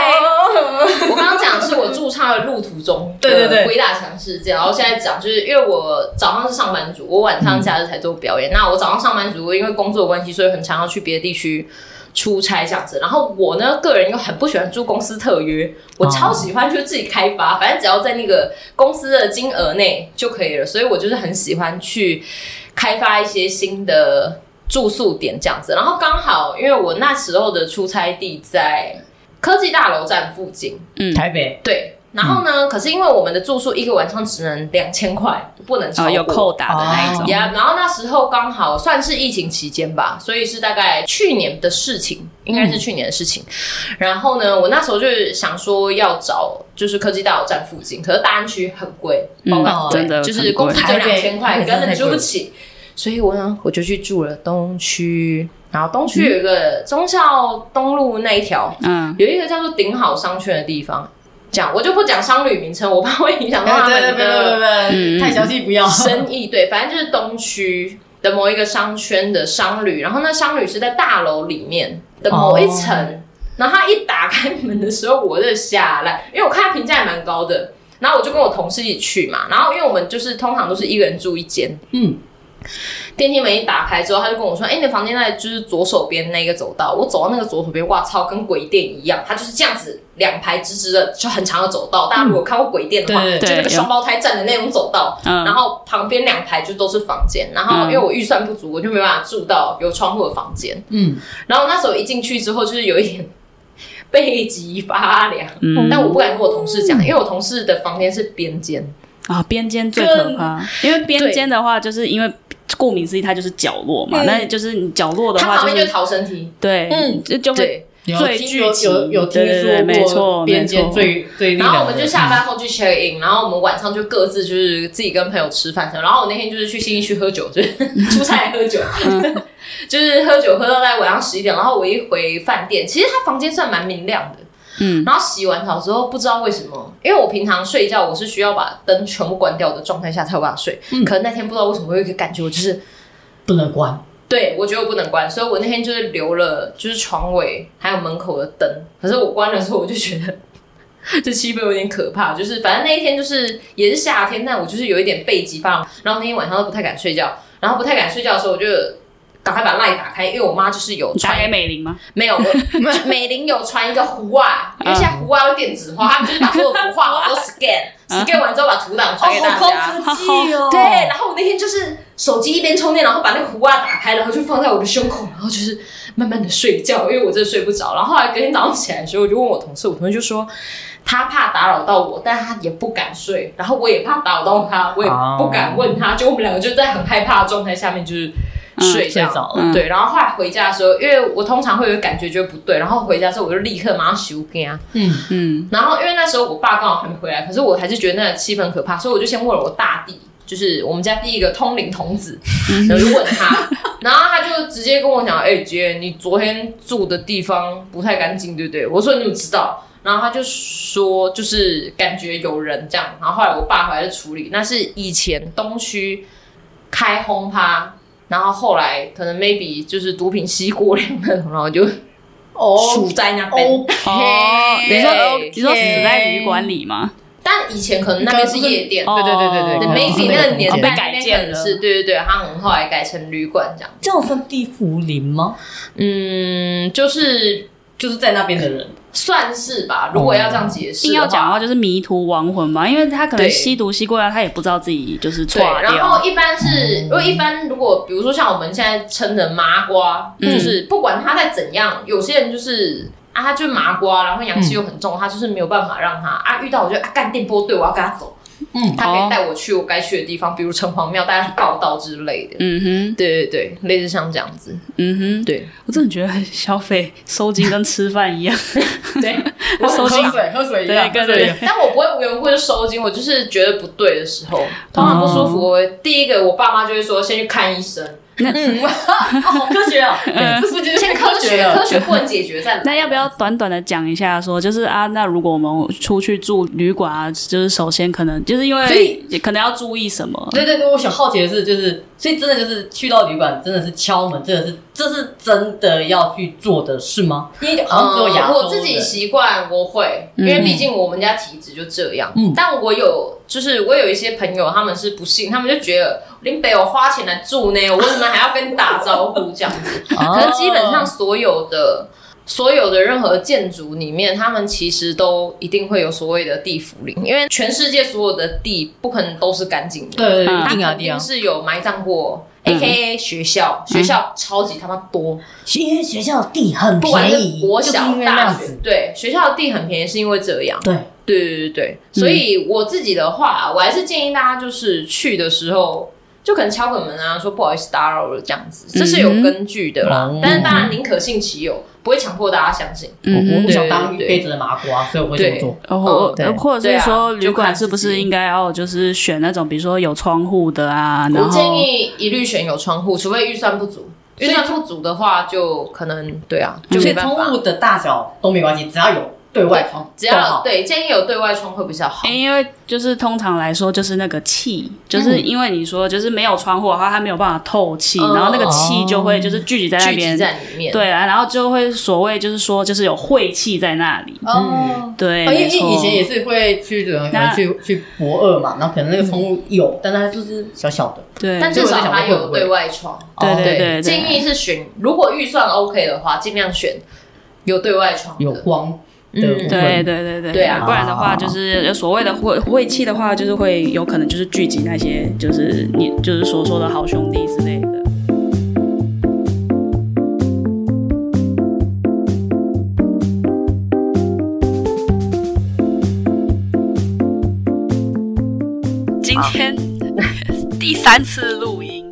我刚刚讲的是我驻唱的路途中，对对对鬼打墙事件。然后现在讲就是因为我早上是上班族，我晚嗯上假日才做表演。那我早上上班族，因为工作的关系，所以很常要去别的地区出差这样子。然后我呢，个人又很不喜欢住公司特约，哦我超喜欢就是自己开发，反正只要在那个公司的金额内就可以了。所以我就是很喜欢去开发一些新的。住宿点这样子，然后刚好因为我那时候的出差地在科技大楼站附近，台北对，然后呢，可是因为我们的住宿一个晚上只能两千块，不能超哦过。有扣打的那一哦种，呀然后那时候刚好算是疫情期间吧，所以是大概去年的事情，应该是去年的事情。然后呢，我那时候就是想说要找就是科技大楼站附近，可是大安区很贵，包括、嗯，真的哦就是很贵公司只台有两北千块，台北根真的太本住不贵起。所以我呢，我就去住了东区，然后东区有一个忠孝东路那一条，嗯，有一个叫做顶好商圈的地方，讲我就不讲商旅名称，我怕会影响到他哎对对们对对的对，嗯太详细不要。生意。对，反正就是东区的某一个商圈的商旅，然后那商旅是在大楼里面的某一层。哦然后他一打开门的时候，我就下来，因为我看他评价也蛮高的。然后我就跟我同事一起去嘛，然后因为我们就是通常都是一个人住一间，嗯，电梯门一打开之后，他就跟我说：“哎、你的房间在就是左手边那个走道。”我走到那个左手边，哇操，跟鬼店一样，它就是这样子两排直直的，就很长的走道。大家如果看过鬼店的话，对对就那个有双胞胎站的那种走道，嗯然后旁边两排就都是房间。然后嗯因为我预算不足，我就没办法住到有窗户的房间。嗯，然后那时候一进去之后，就是有一点 *laughs* 背脊发凉，嗯嗯但我不敢跟我同事讲，因为我同事的房间是边间，啊，边间最可怕，因为边间的话，就是因为顾名思义，它就是角落嘛。嗯那就是你角落的它话，旁就边就是逃生梯，对，嗯就就会对。有最听聚有集有有听对对对没说错过边没间错最最厉害的，然后我们就下班后去 check in，然后我们晚上就各自就是自己跟朋友吃饭什么。然后我那天就是去新义区喝酒，就是 *laughs* 出差喝酒， *laughs* 就是喝酒喝到在晚上十一点。然后我一回饭店，其实他房间算蛮明亮的。嗯然后洗完澡之后，不知道为什么，因为我平常睡觉我是需要把灯全部关掉的状态下才有办法睡。可能那天不知道为什么会有一个感觉，我就是不能关，对我觉得我不能关，所以我那天就是留了就是床尾还有门口的灯。可是我关了之后，我就觉得 *laughs* 这气氛有点可怕。就是反正那一天就是也是夏天，但我就是有一点背脊发冷，然后那天晚上都不太敢睡觉，然后不太敢睡觉的时候，我就赶快把赖打开，因为我妈就是有你 *laughs* 打传给美玲吗？没有，我 *laughs* 美玲有传一个糊啊，因为现在糊啊有电子化，他们就是把所有图画我都 scan，scan、完之后把图档传给大家。科技嗯哦对，然后我那天就是手机一边充电，然后把那个壶啊打开，然后就放在我的胸口，然后就是慢慢的睡觉，因为我真的睡不着。然后后来隔天早上起来的时候，我就问我同事，我同事就说他怕打扰到我，但他也不敢睡，然后我也怕打扰到他，我也不敢问他，就我们两个就在很害怕的状态下面就是。睡嗯睡觉着了对，然后后来回家的时候，因为我通常会有感觉觉得不对，然后回家之后我就立刻马上修根啊，嗯，嗯，然后因为那时候我爸刚好还没回来，可是我还是觉得那个气氛可怕，所以我就先问了我大弟，就是我们家第一个通灵童子，嗯然后就问他，然后他就直接跟我讲：“哎、姐，你昨天住的地方不太干净，对不对？”我说：“你怎么知道？”然后他就说：“就是感觉有人这样。”然后后来我爸回来就处理，那是以前东区开轰趴。然后后来可能 maybe 就是毒品吸过量那种，然后就哦鼠在那边。哦，哦，你说对你说死在旅馆里吗？但以前可能那边是夜店，哦对对对对对对哦，maybe 那个年代哦被改建了那边可能是对对对，它很后来改成旅馆这样。这样算地府林吗？嗯，就是就是在那边的人，算是吧，如果哦要这样解释硬的要讲的话，话，就是迷途亡魂嘛，因为他可能对吸毒吸过量，他也不知道自己就是错对。哦然掉。后一般是，如果一般如果比如说像我们现在称的麻瓜，嗯就是不管他再怎样，有些人就是。啊，他就是麻瓜，然后阳气又很重，他就是没有办法让他啊遇到我就啊干电波队，我要跟他走，嗯，他可哦以带我去我该去的地方，比如城隍庙，带他去报道之类的。嗯对对对，类似像这样子。哼，嗯哼，对，我真的觉得消费收金跟吃饭一样， *laughs* 对，我很清喝水。喝水对，跟对着但我不会无缘无故就收紧，我就是觉得不对的时候，通常不舒服，我第一个我爸妈就会说先去看医生，好科学啊，这是就是先科学，科学不能解决再来。那要不要短短的讲一下说就是啊，那如果我们出去住旅馆啊，就是首先可能就是因所为以也可能要注意什么？对对对，我想好奇的是，就是所以真的就是去到旅馆，真的是敲门，真的是这是真的要去做的事吗？因为好像只有亚嗯，洲我自己习惯我会，因为毕竟我们家体质就这样。嗯但我有，就是我有一些朋友，他们是不信，他们就觉得林北我花钱来住呢，我为什么还要跟你打招呼这样子？可是基本上哦所有的。所有的任何建筑里面，他们其实都一定会有所谓的地府灵，因为全世界所有的地不可能都是干净的，对对对，一嗯它定啊肯一定啊定，是有埋葬过，A 嗯 K A 学校，学校超级他妈多，因为学校的地很不管便是宜，国就是小因、为那大样学子，，对学校的地很便宜，是因为这样。对对对对对，所以我自己的话，我还是建议大家就是去的时候。就可能敲个门啊，说不好意思打扰了这样子，嗯这是有根据的啦。嗯但是当然宁可信其有，不会强迫大家相信。哦嗯我我哼不想对当一对辈子的麻瓜，所以我会这么做。然后对或者对是啊说就旅馆看是不自是己应该要就是选那种比如说有窗户的啊，然我后建议一律选有窗户，除非预算不足。预算不足的话，就可能对啊，嗯就所没以办窗法户。的大小都没关系，只要有对外窗，只都要好对建议有对外窗会比较好欸。因为就是通常来说，就是那个气，就是因为你说就是没有窗户的话，它没有办法透气，嗯然后那个气就会就是聚集在那聚集边，在里面，对啊，然后就会所谓就是说就是有晦气在那里，哦，对，啊，因为哎没错以前也是会去，可那能去去博二嘛，然后可能那个窗户有，但是它就是小小的，对，但对至所以我少它在想会有不会对外窗。哦对对对，建议是选，如果预算 OK 的话，尽量选有对外窗的。有光的嗯部分对对对对对啊不然的话就是所谓的晦晦气的话，就是会有可能就是聚集那些就是你就是所说的好兄弟之类的。今天第三次录音，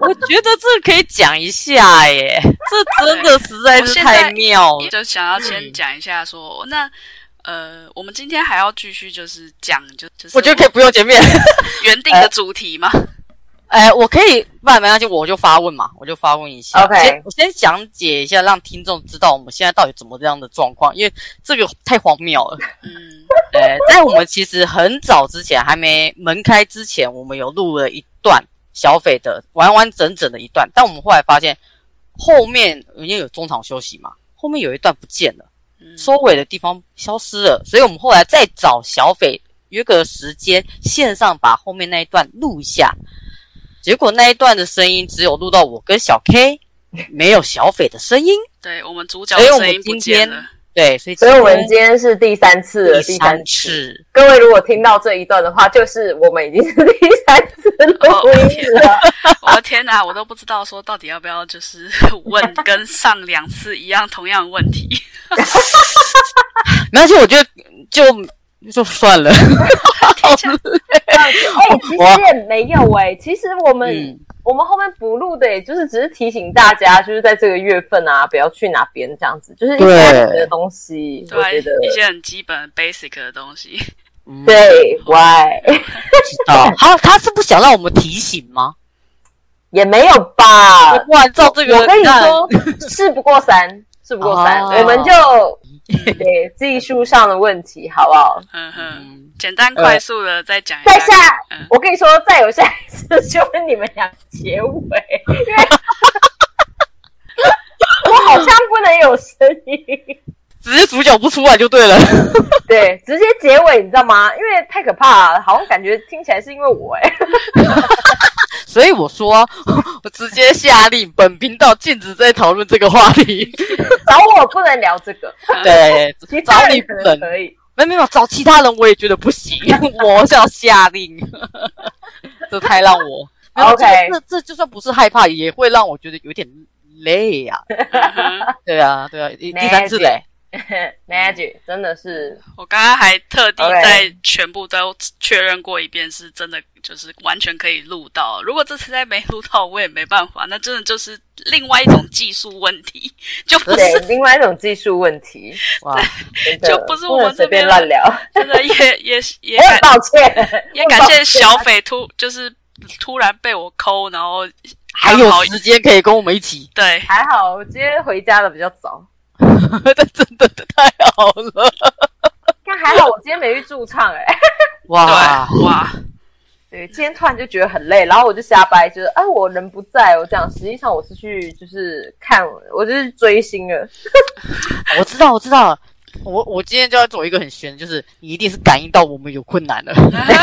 我觉得这可以讲一下耶，这真的实在是太妙了。就想要先讲一下说，那呃，我们今天还要继续就是讲就就是我觉得可以不用见面。以原定的主题吗？哎，我可以，不然没关系，我就发问嘛，我就发问一下。 OK 先我先讲解一下，让听众知道我们现在到底怎么这样的状况，因为这个太荒谬了。嗯，呃，在我们其实很早之前还没门开之前，我们有录了一段小斐的完完整整的一段，但我们后来发现后面因为有中场休息嘛，后面有一段不见了，嗯收尾的地方消失了，所以我们后来再找小斐约个时间线上把后面那一段录一下，结果那一段的声音只有录到我跟小 K，没有小斐的声音，对我们哎主角的声音不见 *laughs* 了，对，所以所以我们今今天是第三次天了，第第三三次。次。各位如果听到这一段的话，就是我们已经是第三次录音了。哦 *laughs* 我的天哪，我都不知道说到底要不要就是 *laughs* 问跟上两次一样同样的问 *laughs* 题。没关系，我觉得就就算了。 *laughs* 哎，其实也没有哎、其实我们、嗯，我们后面不录的、也就是只是提醒大家，就是在这个月份啊，不要去哪边这样子，就是一些对别的东西，我对觉得啊，一些很基本 basic 的东西。对，why *laughs* 知道。他他是不想让我们提醒吗？也没有吧？不然照这个，啊我跟你那，说，事不过 *laughs* 三，事不过三，哦我们就对技术上的问题，好 *laughs* 不好？嗯哼，嗯简单快速的再讲一哎再下下。嗯，我跟你说，再有下一次就是你们俩结尾，因为我好像不能有声音。只是主角不出来就对了。 *laughs* 对，直接结尾，你知道吗？因为太可怕了，好像感觉听起来是因为我哎、 *laughs* 所以我说，我直接下令，本频道禁止再讨论这个话题。找我不能聊这个，对 *laughs* 其，找他你人可本，能可以。没没有找其他人，我也觉得不 *laughs* 行，我想下令， *laughs* 这太让我。没有 *laughs* OK 这这就算不是害怕，也会让我觉得有点累呀、啊。嗯哼对啊，对啊，第第三次嘞。 Magic 真的是我刚刚还特地 OK 再全部都确认过一遍，是真的，就是完全可以录到。如果这次再没录到，我也没办法，那真的就是另外一种技术问题，就不对是另外一种技术问 *laughs* 题，哇，真的就不是我们能随便这边 *laughs* 乱聊。真的也也也我感很抱歉，也感谢小斐突就是突然被我抠，然后还有时间可以跟我们一起， *laughs* 对还好我今天回家的比较早。这真的太好 *laughs* 了！但还好我今天没去驻唱哎、对哇，哇，对，今天突然就觉得很累，然后我就瞎掰，就是啊我人不在，我这样，实际上我是去就是看，我就是追星了。我知道，我知道，我我今天就要走一个很悬，就是你一定是感应到我们有困难了，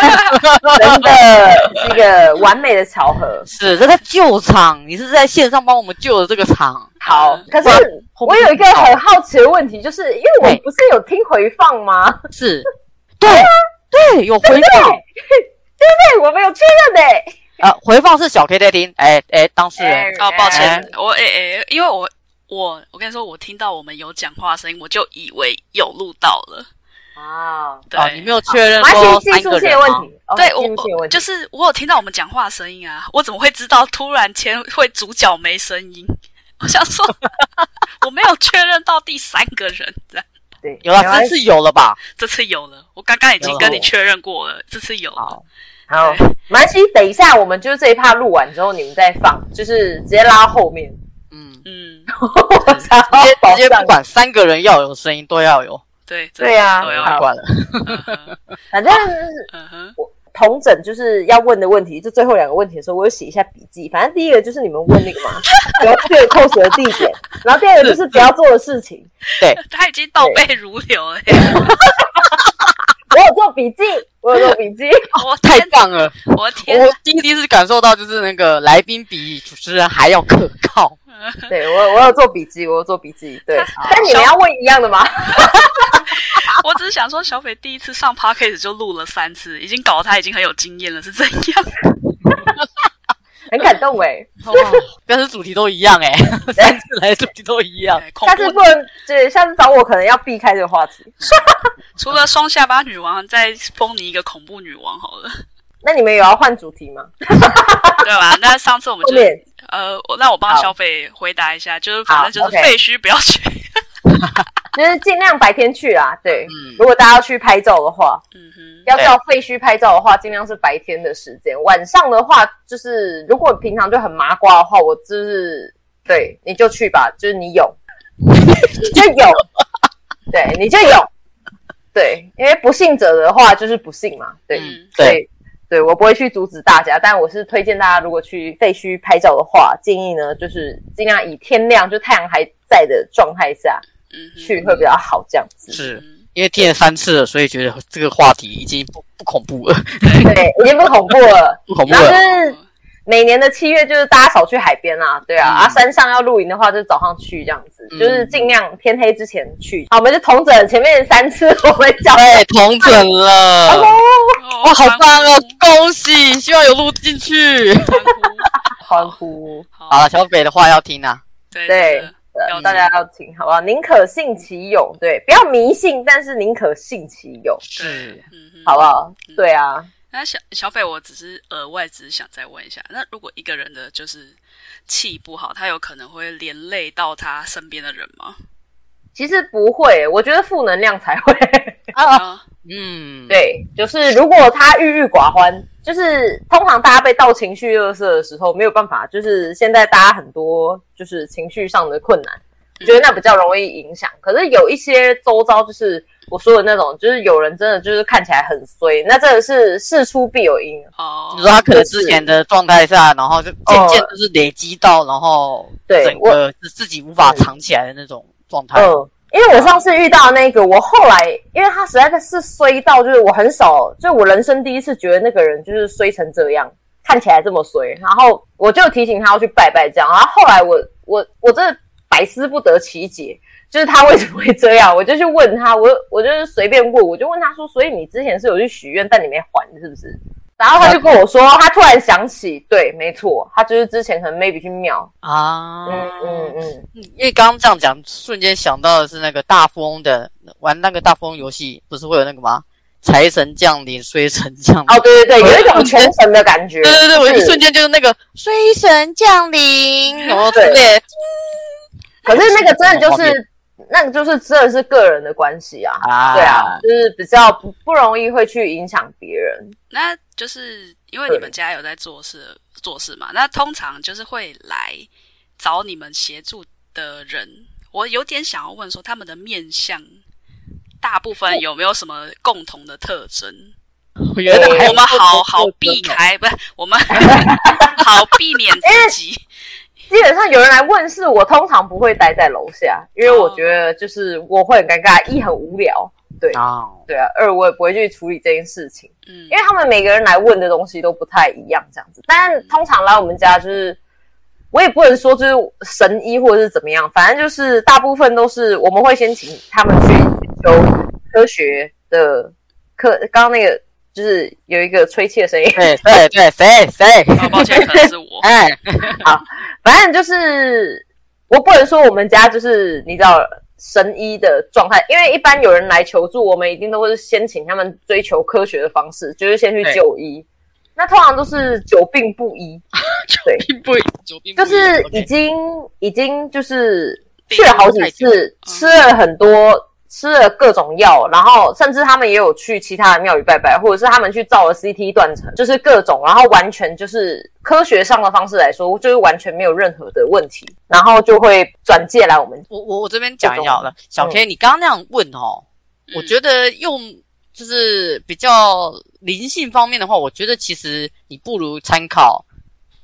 真的是一个完美的巧合。 *laughs* 是这在救场，你是在线上帮我们救了这个场，好，可哇是我有一个很好奇的问题，就是因为我对不是有听回放吗？ *laughs* 是，对对，有回放对，我没有确认诶、啊，回放是小 K 在听，哎哎，当事人，哦，抱歉哎，我诶诶、因为我我我跟你说，我听到我们有讲话声音，我就以为有录到了。啊，对，啊，你没有确认而说且三技个术性人的问吗？题，哦对我技术我性的问题就是我有听到我们讲话声音啊，我怎么会知道突然间会主角没声音？ *laughs* 我想说，我没有确认到第三个人，这样对，有没了，关这次系有了吧？这次有了，我刚刚已经有了跟你确认过了，这次有了好，好，没关系，等一下，我们就是这一趴录完之后，你们再放，就是直接拉到后面。嗯，嗯，我操，直接直保接障不管三个人要有声音都要有，对，这对啊都有不好管了。嗯哼反正嗯哼，同整就是要问的问题，就最后两个问题的时候，我有写一下笔记。反正第一个就是你们问那个嘛， *laughs* 不要去扣血的地点，然后第二个就是不要做的事情。他已经倒背如流了，我有做笔记，我有做笔 *laughs* 记。我太天，棒了！我天哪我，第一次感受到就是那个来宾比主持人还要可靠。对我，我有做笔记，我有做笔记。对，但你们要问一样的 *laughs* 吗？我只是想说，小斐第一次上 podcast 就录了三次，已经搞得他已经很有经验了，是怎样？很感动哎、好不好？但是主题都一样哎、三次来的主题都一 *laughs* 样。哎恐下怖次不能，对，下次找我可能要避开这个话题。除了双下巴女王，再封你一个恐怖女王好了，那你们有要换主题吗？对吧？那上次我们后就面呃，我那我帮好小斐回答一下，就是反好正就是，OK 废墟不要去。就是尽量白天去啦。对，嗯如果大家要去拍照的话，嗯哼，要照废墟拍照的话，尽量是白天的时间。晚上的话，就是如果平常就很麻瓜的话，我就是对你就去吧，就是你有，你就有，对，你就有，对，因为不信者的话就是不信嘛，对，嗯所以。对，我不会去阻止大家，但我是推荐大家，如果去废墟拍照的话，建议呢就是尽量以天亮，就太阳还在的状态下嗯哼，嗯去会比较好，这样子。是因为听了三次了，所以觉得这个话题已经不不恐怖了，对，已经不恐怖了。不恐怖然后就了。是每年的七月，就是大家少去海边啦、对啊，嗯啊山上要露营的话，就早上去这样子，嗯就是尽量天黑之前去。好，我们就同整前面三次我们 *laughs* 讲，对，哎同整了，哦哇，好棒哦欢，恭喜！希望有录进去。呼欢呼欢呼，好 *laughs* 好了，小北的话要听啊，对对真的对要大家要听好不好？宁可信其有，对，不要迷信，但是宁可信其有，是嗯嗯哼，好不好？对啊，那小小北，我只是额外只是想再问一下，那如果一个人的就是气不好，他有可能会连累到他身边的人吗？其实不会，我觉得负能量才会。啊，嗯，，对，就是如果他郁郁寡欢，就是通常大家被倒情绪勒索的时候，没有办法，就是现在大家很多就是情绪上的困难，我觉得那比较容易影响。可是有一些周遭就是我说的那种，就是有人真的就是看起来很衰，那真的是事出必有因。啊哦你，说他可能之前的状态下，然后就渐渐就是累积到，然后哦对整个是自己无法藏起来的那种状态。嗯，因为我上次遇到那个，我后来因为他实在是衰到，就是我很少，就是我人生第一次觉得那个人就是衰成这样，看起来这么衰。然后我就提醒他要去拜拜这样，然后后来我我我真的百思不得其解。就是他为什么会这样，我 *laughs* 就去问他，我我就是随便问，我就问他说，所以你之前是有去许愿，但你没还，是不是？然后他就跟我说，他突然想起，对，没错，他就是之前可能 maybe 去庙，啊，嗯嗯嗯，因为刚刚这样讲，瞬间想到的是那个大富翁的玩那个大富翁游戏，不是会有那个吗？财神降临，衰神降临。哦，对对对，有一种我觉全得神的感觉，对对对，我一是瞬间就是那个衰神降临，然后之对类的可是那个真的就方便是，那个就是真的是个人的关系啊，啊对啊，，就是比较不不容易会去影响别人。那就是因为对你们家有在做事做事嘛，那通常就是会来找你们协助的人，我有点想要问说他们的面相。大部分有没有什么共同的特征？我觉得还我们好好避开，不是我 *laughs* 们好避免自己。基本上有人来问事，我通常不会待在楼下，因为我啊觉得就是我会很尴尬，一很无聊，对啊，对啊，二我也不会去处理这件事情，嗯因为他们每个人来问的东西都不太一样，这样子。但通常来我们家就是。我也不能说就是神医或者是怎么样，反正就是大部分都是我们会先请他们去求科学的科。刚刚那个就是有一个吹气的声音，对对对，谁谁？好哦抱歉，可能是 *laughs* 我。哎，反正就是我不能说我们家就是你知道神医的状态，因为一般有人来求助，我们一定都会先请他们追求科学的方式，就是先去对就医。那通常都是久病不医，对，并不啊久病不就医是已 OK 经已经就是病去了好几太久嗯次，吃了很多，吃了各种药，然后甚至他们也有去其他的庙宇拜拜，或者是他们去照了 CT 断层，就是各种，然后完全就是科学上的方式来说，就是完全没有任何的问题，然后就会转介来我们。我我我这边讲一下好了，小 K，你刚刚那样问哦，我觉得用就是比较灵性方面的话，我觉得其实你不如参考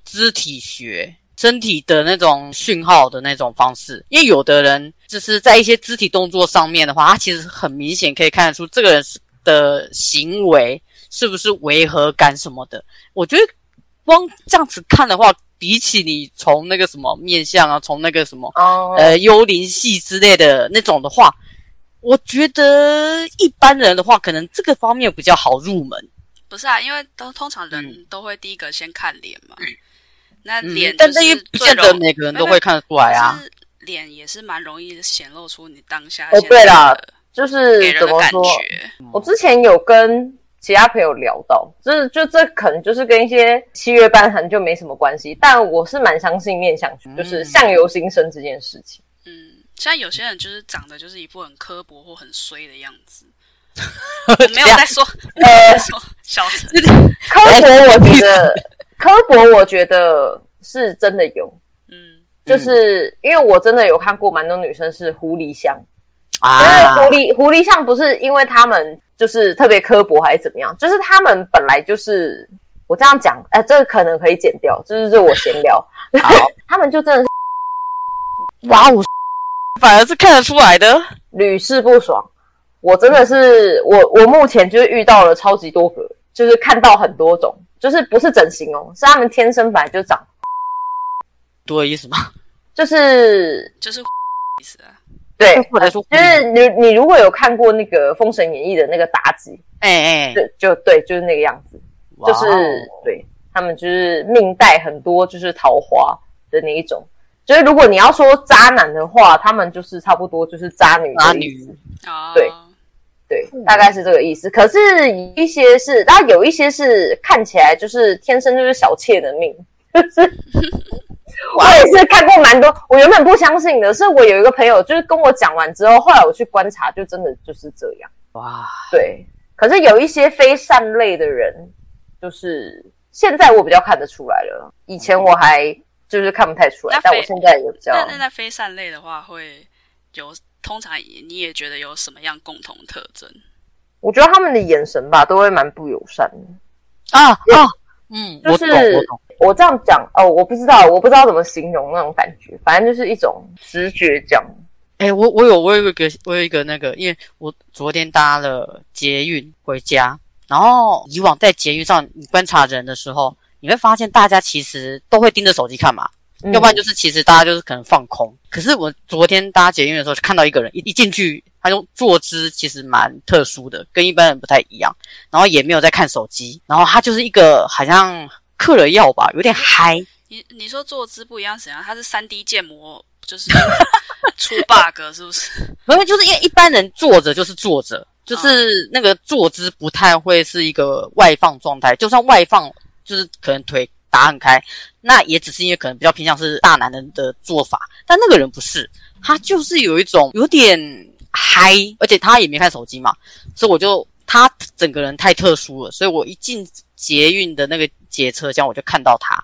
肢体学、身体的那种讯号的那种方式，因为有的人就是在一些肢体动作上面的话，他其实很明显可以看得出这个人是的行为是不是违和感什么的。我觉得光这样子看的话，比起你从那个什么面相啊，从那个什么。哦、呃幽灵系之类的那种的话，我觉得一般人的话，可能这个方面比较好入门。嗯不是啊，因为都通常人都会第一个先看脸嘛。那嗯脸、嗯但这一一不见得每个人都会看得出来啊。。脸也是蛮容易显露出你当下哦对现在啦的就是给人怎的么感说？觉。我之前有跟其他朋友聊到，就是就这可能就是跟一些七月班很就没什么关系，但我是蛮相信面相学，就是相由心生这件事情。嗯，像有些人就是长得就是一副很刻薄或很衰的样 *laughs* 子。我没有在说，我没呃有在说小陈，科博我觉得，科博我觉得是真的有，嗯，就是因为我真的有看过蛮多女生是狐狸相，因为啊，狐狸狐狸相不是因为他们就是特别刻薄还是怎么样，就是他们本来就是我这样讲，哎、这个可能可以剪掉，就是这我闲 *laughs* 聊， *laughs* 他们就真的是哇哦，反而是看得出来的。 *laughs* 屡试不爽。我真的是我我目前就是遇到了超级多个，就是看到很多种，就是不是整形哦，是他们天生本来就长，多的意思吗？就是就是 *laughs* 意思啊。对，我来说，就是你你如果有看过那个《封神演义》的那个妲己，哎哎，就就对，就是那个样子。哇就哦是对他们就是命带很多就是桃花的那一种。就是如果你要说渣男的话，他们就是差不多就是渣女的渣意女思，啊，对对，大概是这个意思。可是一些是，然后有一些是看起来就是天生就是小妾的 *laughs* 命，就是。我也是看过蛮多，我原本不相信的，是我有一个朋友就是跟我讲完之后，后来我去观察，就真的就是这样。哇，对，可是有一些非善类的人，就是现在我比较看得出来了，以前我还就是看不太出来那，但非我现在也比较那 *laughs* 那在非善类的话，会有通常也你也觉得有什么样共同特征？我觉得他们的眼神吧，都会蛮不友善的。啊啊，嗯，我就懂我是懂，我这样讲哦，我不知道，我不知道怎么形容那种感觉，反正就是一种直觉讲。哎、我我有我有一个我有一个那个，因为我昨天搭了捷运回家，然后以往在捷运上你观察人的时候，你会发现大家其实都会盯着手机看嘛，嗯要不然就是其实大家就是可能放空。可是我昨天搭捷运的时候，看到一个人一一进去，他用坐姿其实蛮特殊的，跟一般人不太一样，然后也没有在看手机，然后他就是一个好像嗑了药吧，有点嗨，你你说坐姿不一样是怎样？它是三 D 建模，就是 *laughs* 出 bug 是不是？没有，就是因为一般人坐着就是坐着，就是那个坐姿不太会是一个外放状态，就算外放，就是可能腿打很开，那也只是因为可能比较偏向是大男人的做法，但那个人不是，他就是有一种有点嗨，而且他也没看手机嘛，所以我就他整个人太特殊了，所以我一进捷运的那个捷车厢我就看到他，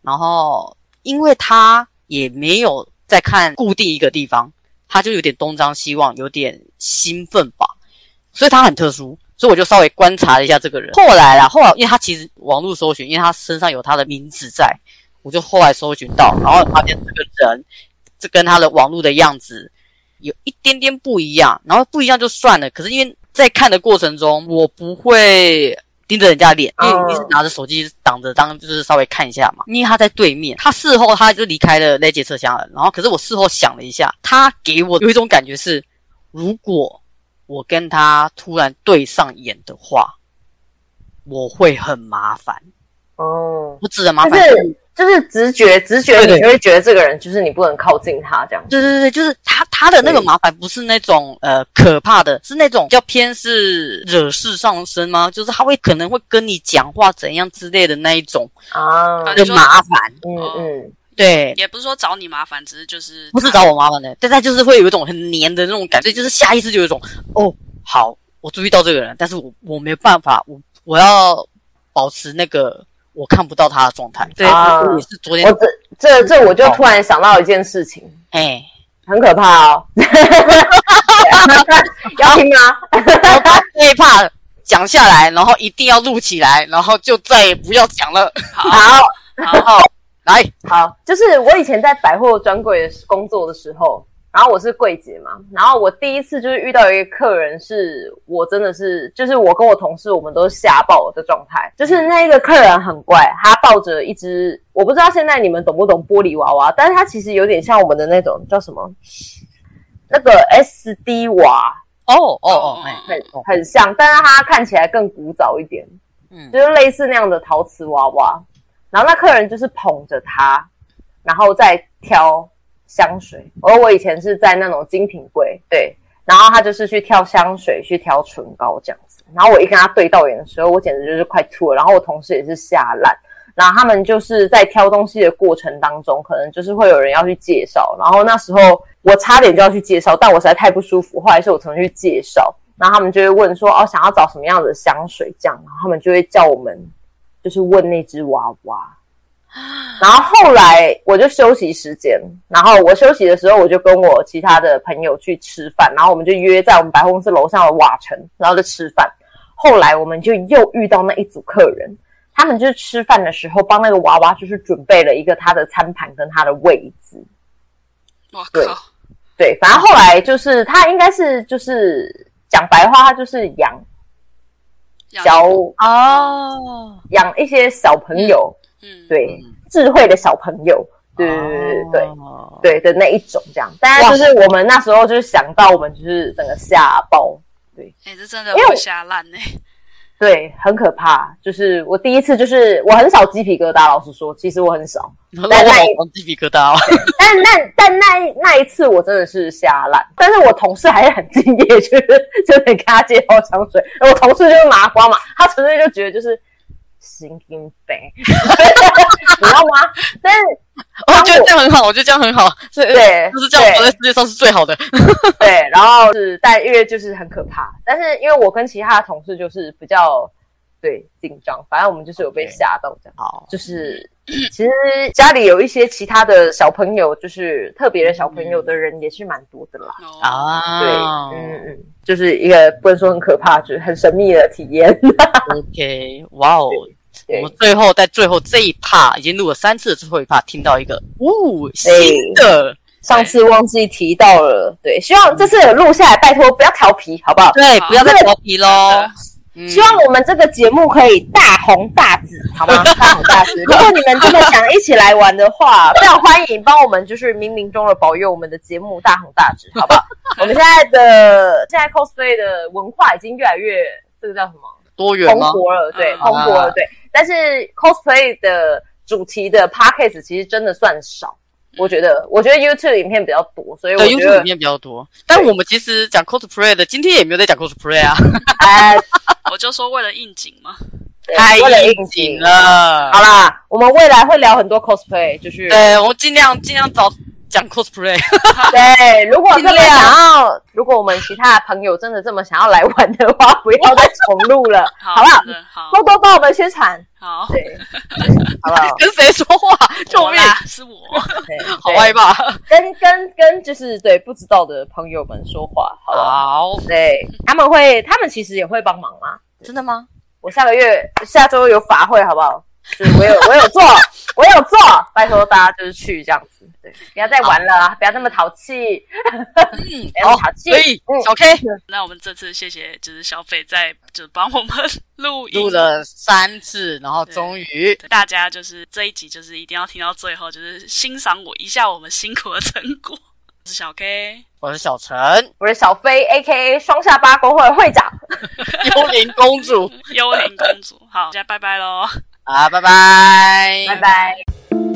然后因为他也没有在看固定一个地方。他就有点东张西望，有点兴奋吧，所以他很特殊，所以我就稍微观察了一下这个人。后来啦，后来因为他其实网络搜寻，因为他身上有他的名字在，我就后来搜寻到，然后发现这个人这跟他的网络的样子有一点点不一样，然后不一样就算了，可是因为在看的过程中，我不会。盯着人家脸，因为你是拿着手机挡着，当就是稍微看一下嘛。因为他在对面，他事后他就离开了那节车厢了。然后，可是我事后想了一下，他给我有一种感觉是，如果我跟他突然对上眼的话，我会很麻烦。哦，我指的麻就烦是就是直觉，直觉对你就会觉得这个人就是你不能靠近他这样。对对对，就是他他的那个麻烦不是那种呃可怕的，是那种比较偏是惹事上身吗？就是他会可能会跟你讲话怎样之类的那一种啊，啊的你说麻烦。嗯嗯，哦对，也不是说找你麻烦，只是就是不是找我麻烦的，但他就是会有一种很黏的那种感觉，就是下意识就有一种哦，好，我注意到这个人，但是我我没有办法，我我要保持那个我看不到他的状态。对，啊我也是昨天我，这这这我就突然想到一件事情，哎，很可怕哦。 *laughs* 要听吗？然后把这一 part 讲下来，然后一定要录起来，然后就再也不要讲了。好，好，来，好，就是我以前在百货专柜的工作的时候，然后我是柜姐嘛，然后我第一次就是遇到一个客人，是我真的是，就是我跟我同事我们都吓爆的状态，就是那一个客人很怪，他抱着一只，我不知道现在你们懂不懂玻璃娃娃，但是他其实有点像我们的那种叫什么，那个 SD 娃， *laughs* 哦哦哦，哎，很很像，但是它看起来更古早一点，嗯就是类似那样的陶瓷娃娃。然后那客人就是捧着它，然后再挑香水。而我以前是在那种精品柜，对，然后他就是去挑香水，去挑唇膏这样子。然后我一跟他对到眼的时候，我简直就是快吐了。然后我同事也是吓烂。然后他们就是在挑东西的过程当中，可能就是会有人要去介绍。然后那时候我差点就要去介绍，但我实在太不舒服，后来是我曾去介绍。然后他们就会问说：“哦，想要找什么样的香水？”这样，然后他们就会叫我们就是问那只娃娃。然后后来我就休息时间，然后我休息的时候，我就跟我其他的朋友去吃饭，然后我们就约在我们百货公司楼上的瓦城，然后就吃饭。后来我们就又遇到那一组客人，他们就是吃饭的时候帮那个娃娃就是准备了一个他的餐盘跟他的位置，我对靠，对，反正后来就是他应该是就是讲白话，他就是养养小哦，养一些小朋友，嗯，对，智慧的小朋友，对对对对对。哦对的那一种这样。但是就是我们那时候就是想到我们就是整个吓爆，哎、这真的因为会我吓烂呢。对，很可怕。就是我第一次就是我很少鸡皮疙瘩，老实说，其实我很少。我好鸡皮疙瘩哦。但那但那一那一次我真的是吓烂，但是我同事还是很敬业，就是就是跟他介绍香水。我同事就是麻瓜嘛，他纯粹就觉得就是神经病， *laughs* 你知道吗？但是我觉 *laughs* 得这样很好，我觉得这样很好，这对，就是这样活在世界上是最好的。 *laughs* 对，然后是，但因为就是很可怕，但是因为我跟其他的同事就是比较对紧张，反正我们就是有被 OK 吓到这样。好，就是其实家里有一些其他的小朋友，就是特别的小朋友的人也是蛮多的啦。哦啊，对，嗯嗯，就是一个不能说很可怕，就是很神秘的体 *laughs* 验。 OK，哇哦！我对们最后在最后这一趴已经录了三次，最后一趴听到一个哦新哎的，上次忘记提到了，对，希望这次有录下来，拜托不要调皮，好不好？对，不要再调皮喽。嗯希望我们这个节目可以大红大紫，好 *laughs* 吗？大红大紫。如果你们真的想一起来玩 *laughs* 的话，非常欢迎帮我们，就是冥冥中的保佑我们的节目大红大紫，好 *laughs* 不好？我们现在的现在 cosplay 的文化已经越来越这个叫什么？多元蓬吗？啊勃了，对，嗯蓬勃了，对。但是 cosplay 的主题的 p a c k a g e 其实真的算少，我觉得，我觉得 YouTube 影片比较多，所以我嗯对觉，YouTube 得里，面比较多，但我们其实讲 cosplay 的，今天也没有在讲 cosplay 啊，哎，我就说为了应景嘛，对太为了应应景。了好。啦，我们未来会聊很多 cosplay，就是啊对，我尽量尽量找讲 cosplay。 *laughs* 对，如果真的尽量想要，如果我们其他的朋友真的这么想要来玩的话，不要再重录 *laughs* 了，好，好不好真？的好，多多帮我们宣传，好，对，对好不 *laughs* 好？跟谁说话？救我命！啦，是我， *laughs* 对好啊害怕。跟跟跟，就是对不知道的朋友们说话，好不好？好，对，他们会，他们其实也会帮忙啦。真的吗？我下个月下周有法会，好不好？就是 *laughs* 我有我有做，我有做，拜托大家就是去这样子，对，不要再玩了啊，不要那么淘气，嗯 *laughs* 不要那好么，淘气所，以嗯哎小 K 那我们这次谢谢，就是小斐在就是帮我们录音录了三次，然后终于对大家就是这一集就是一定要听到最后，就是欣赏我一下我们辛苦的成果。我是小 K，我是小陈，我是小飞，A K A 双下巴工会的会长。幽灵公主幽灵公主，好，大家拜拜喽。啊，拜拜，拜拜。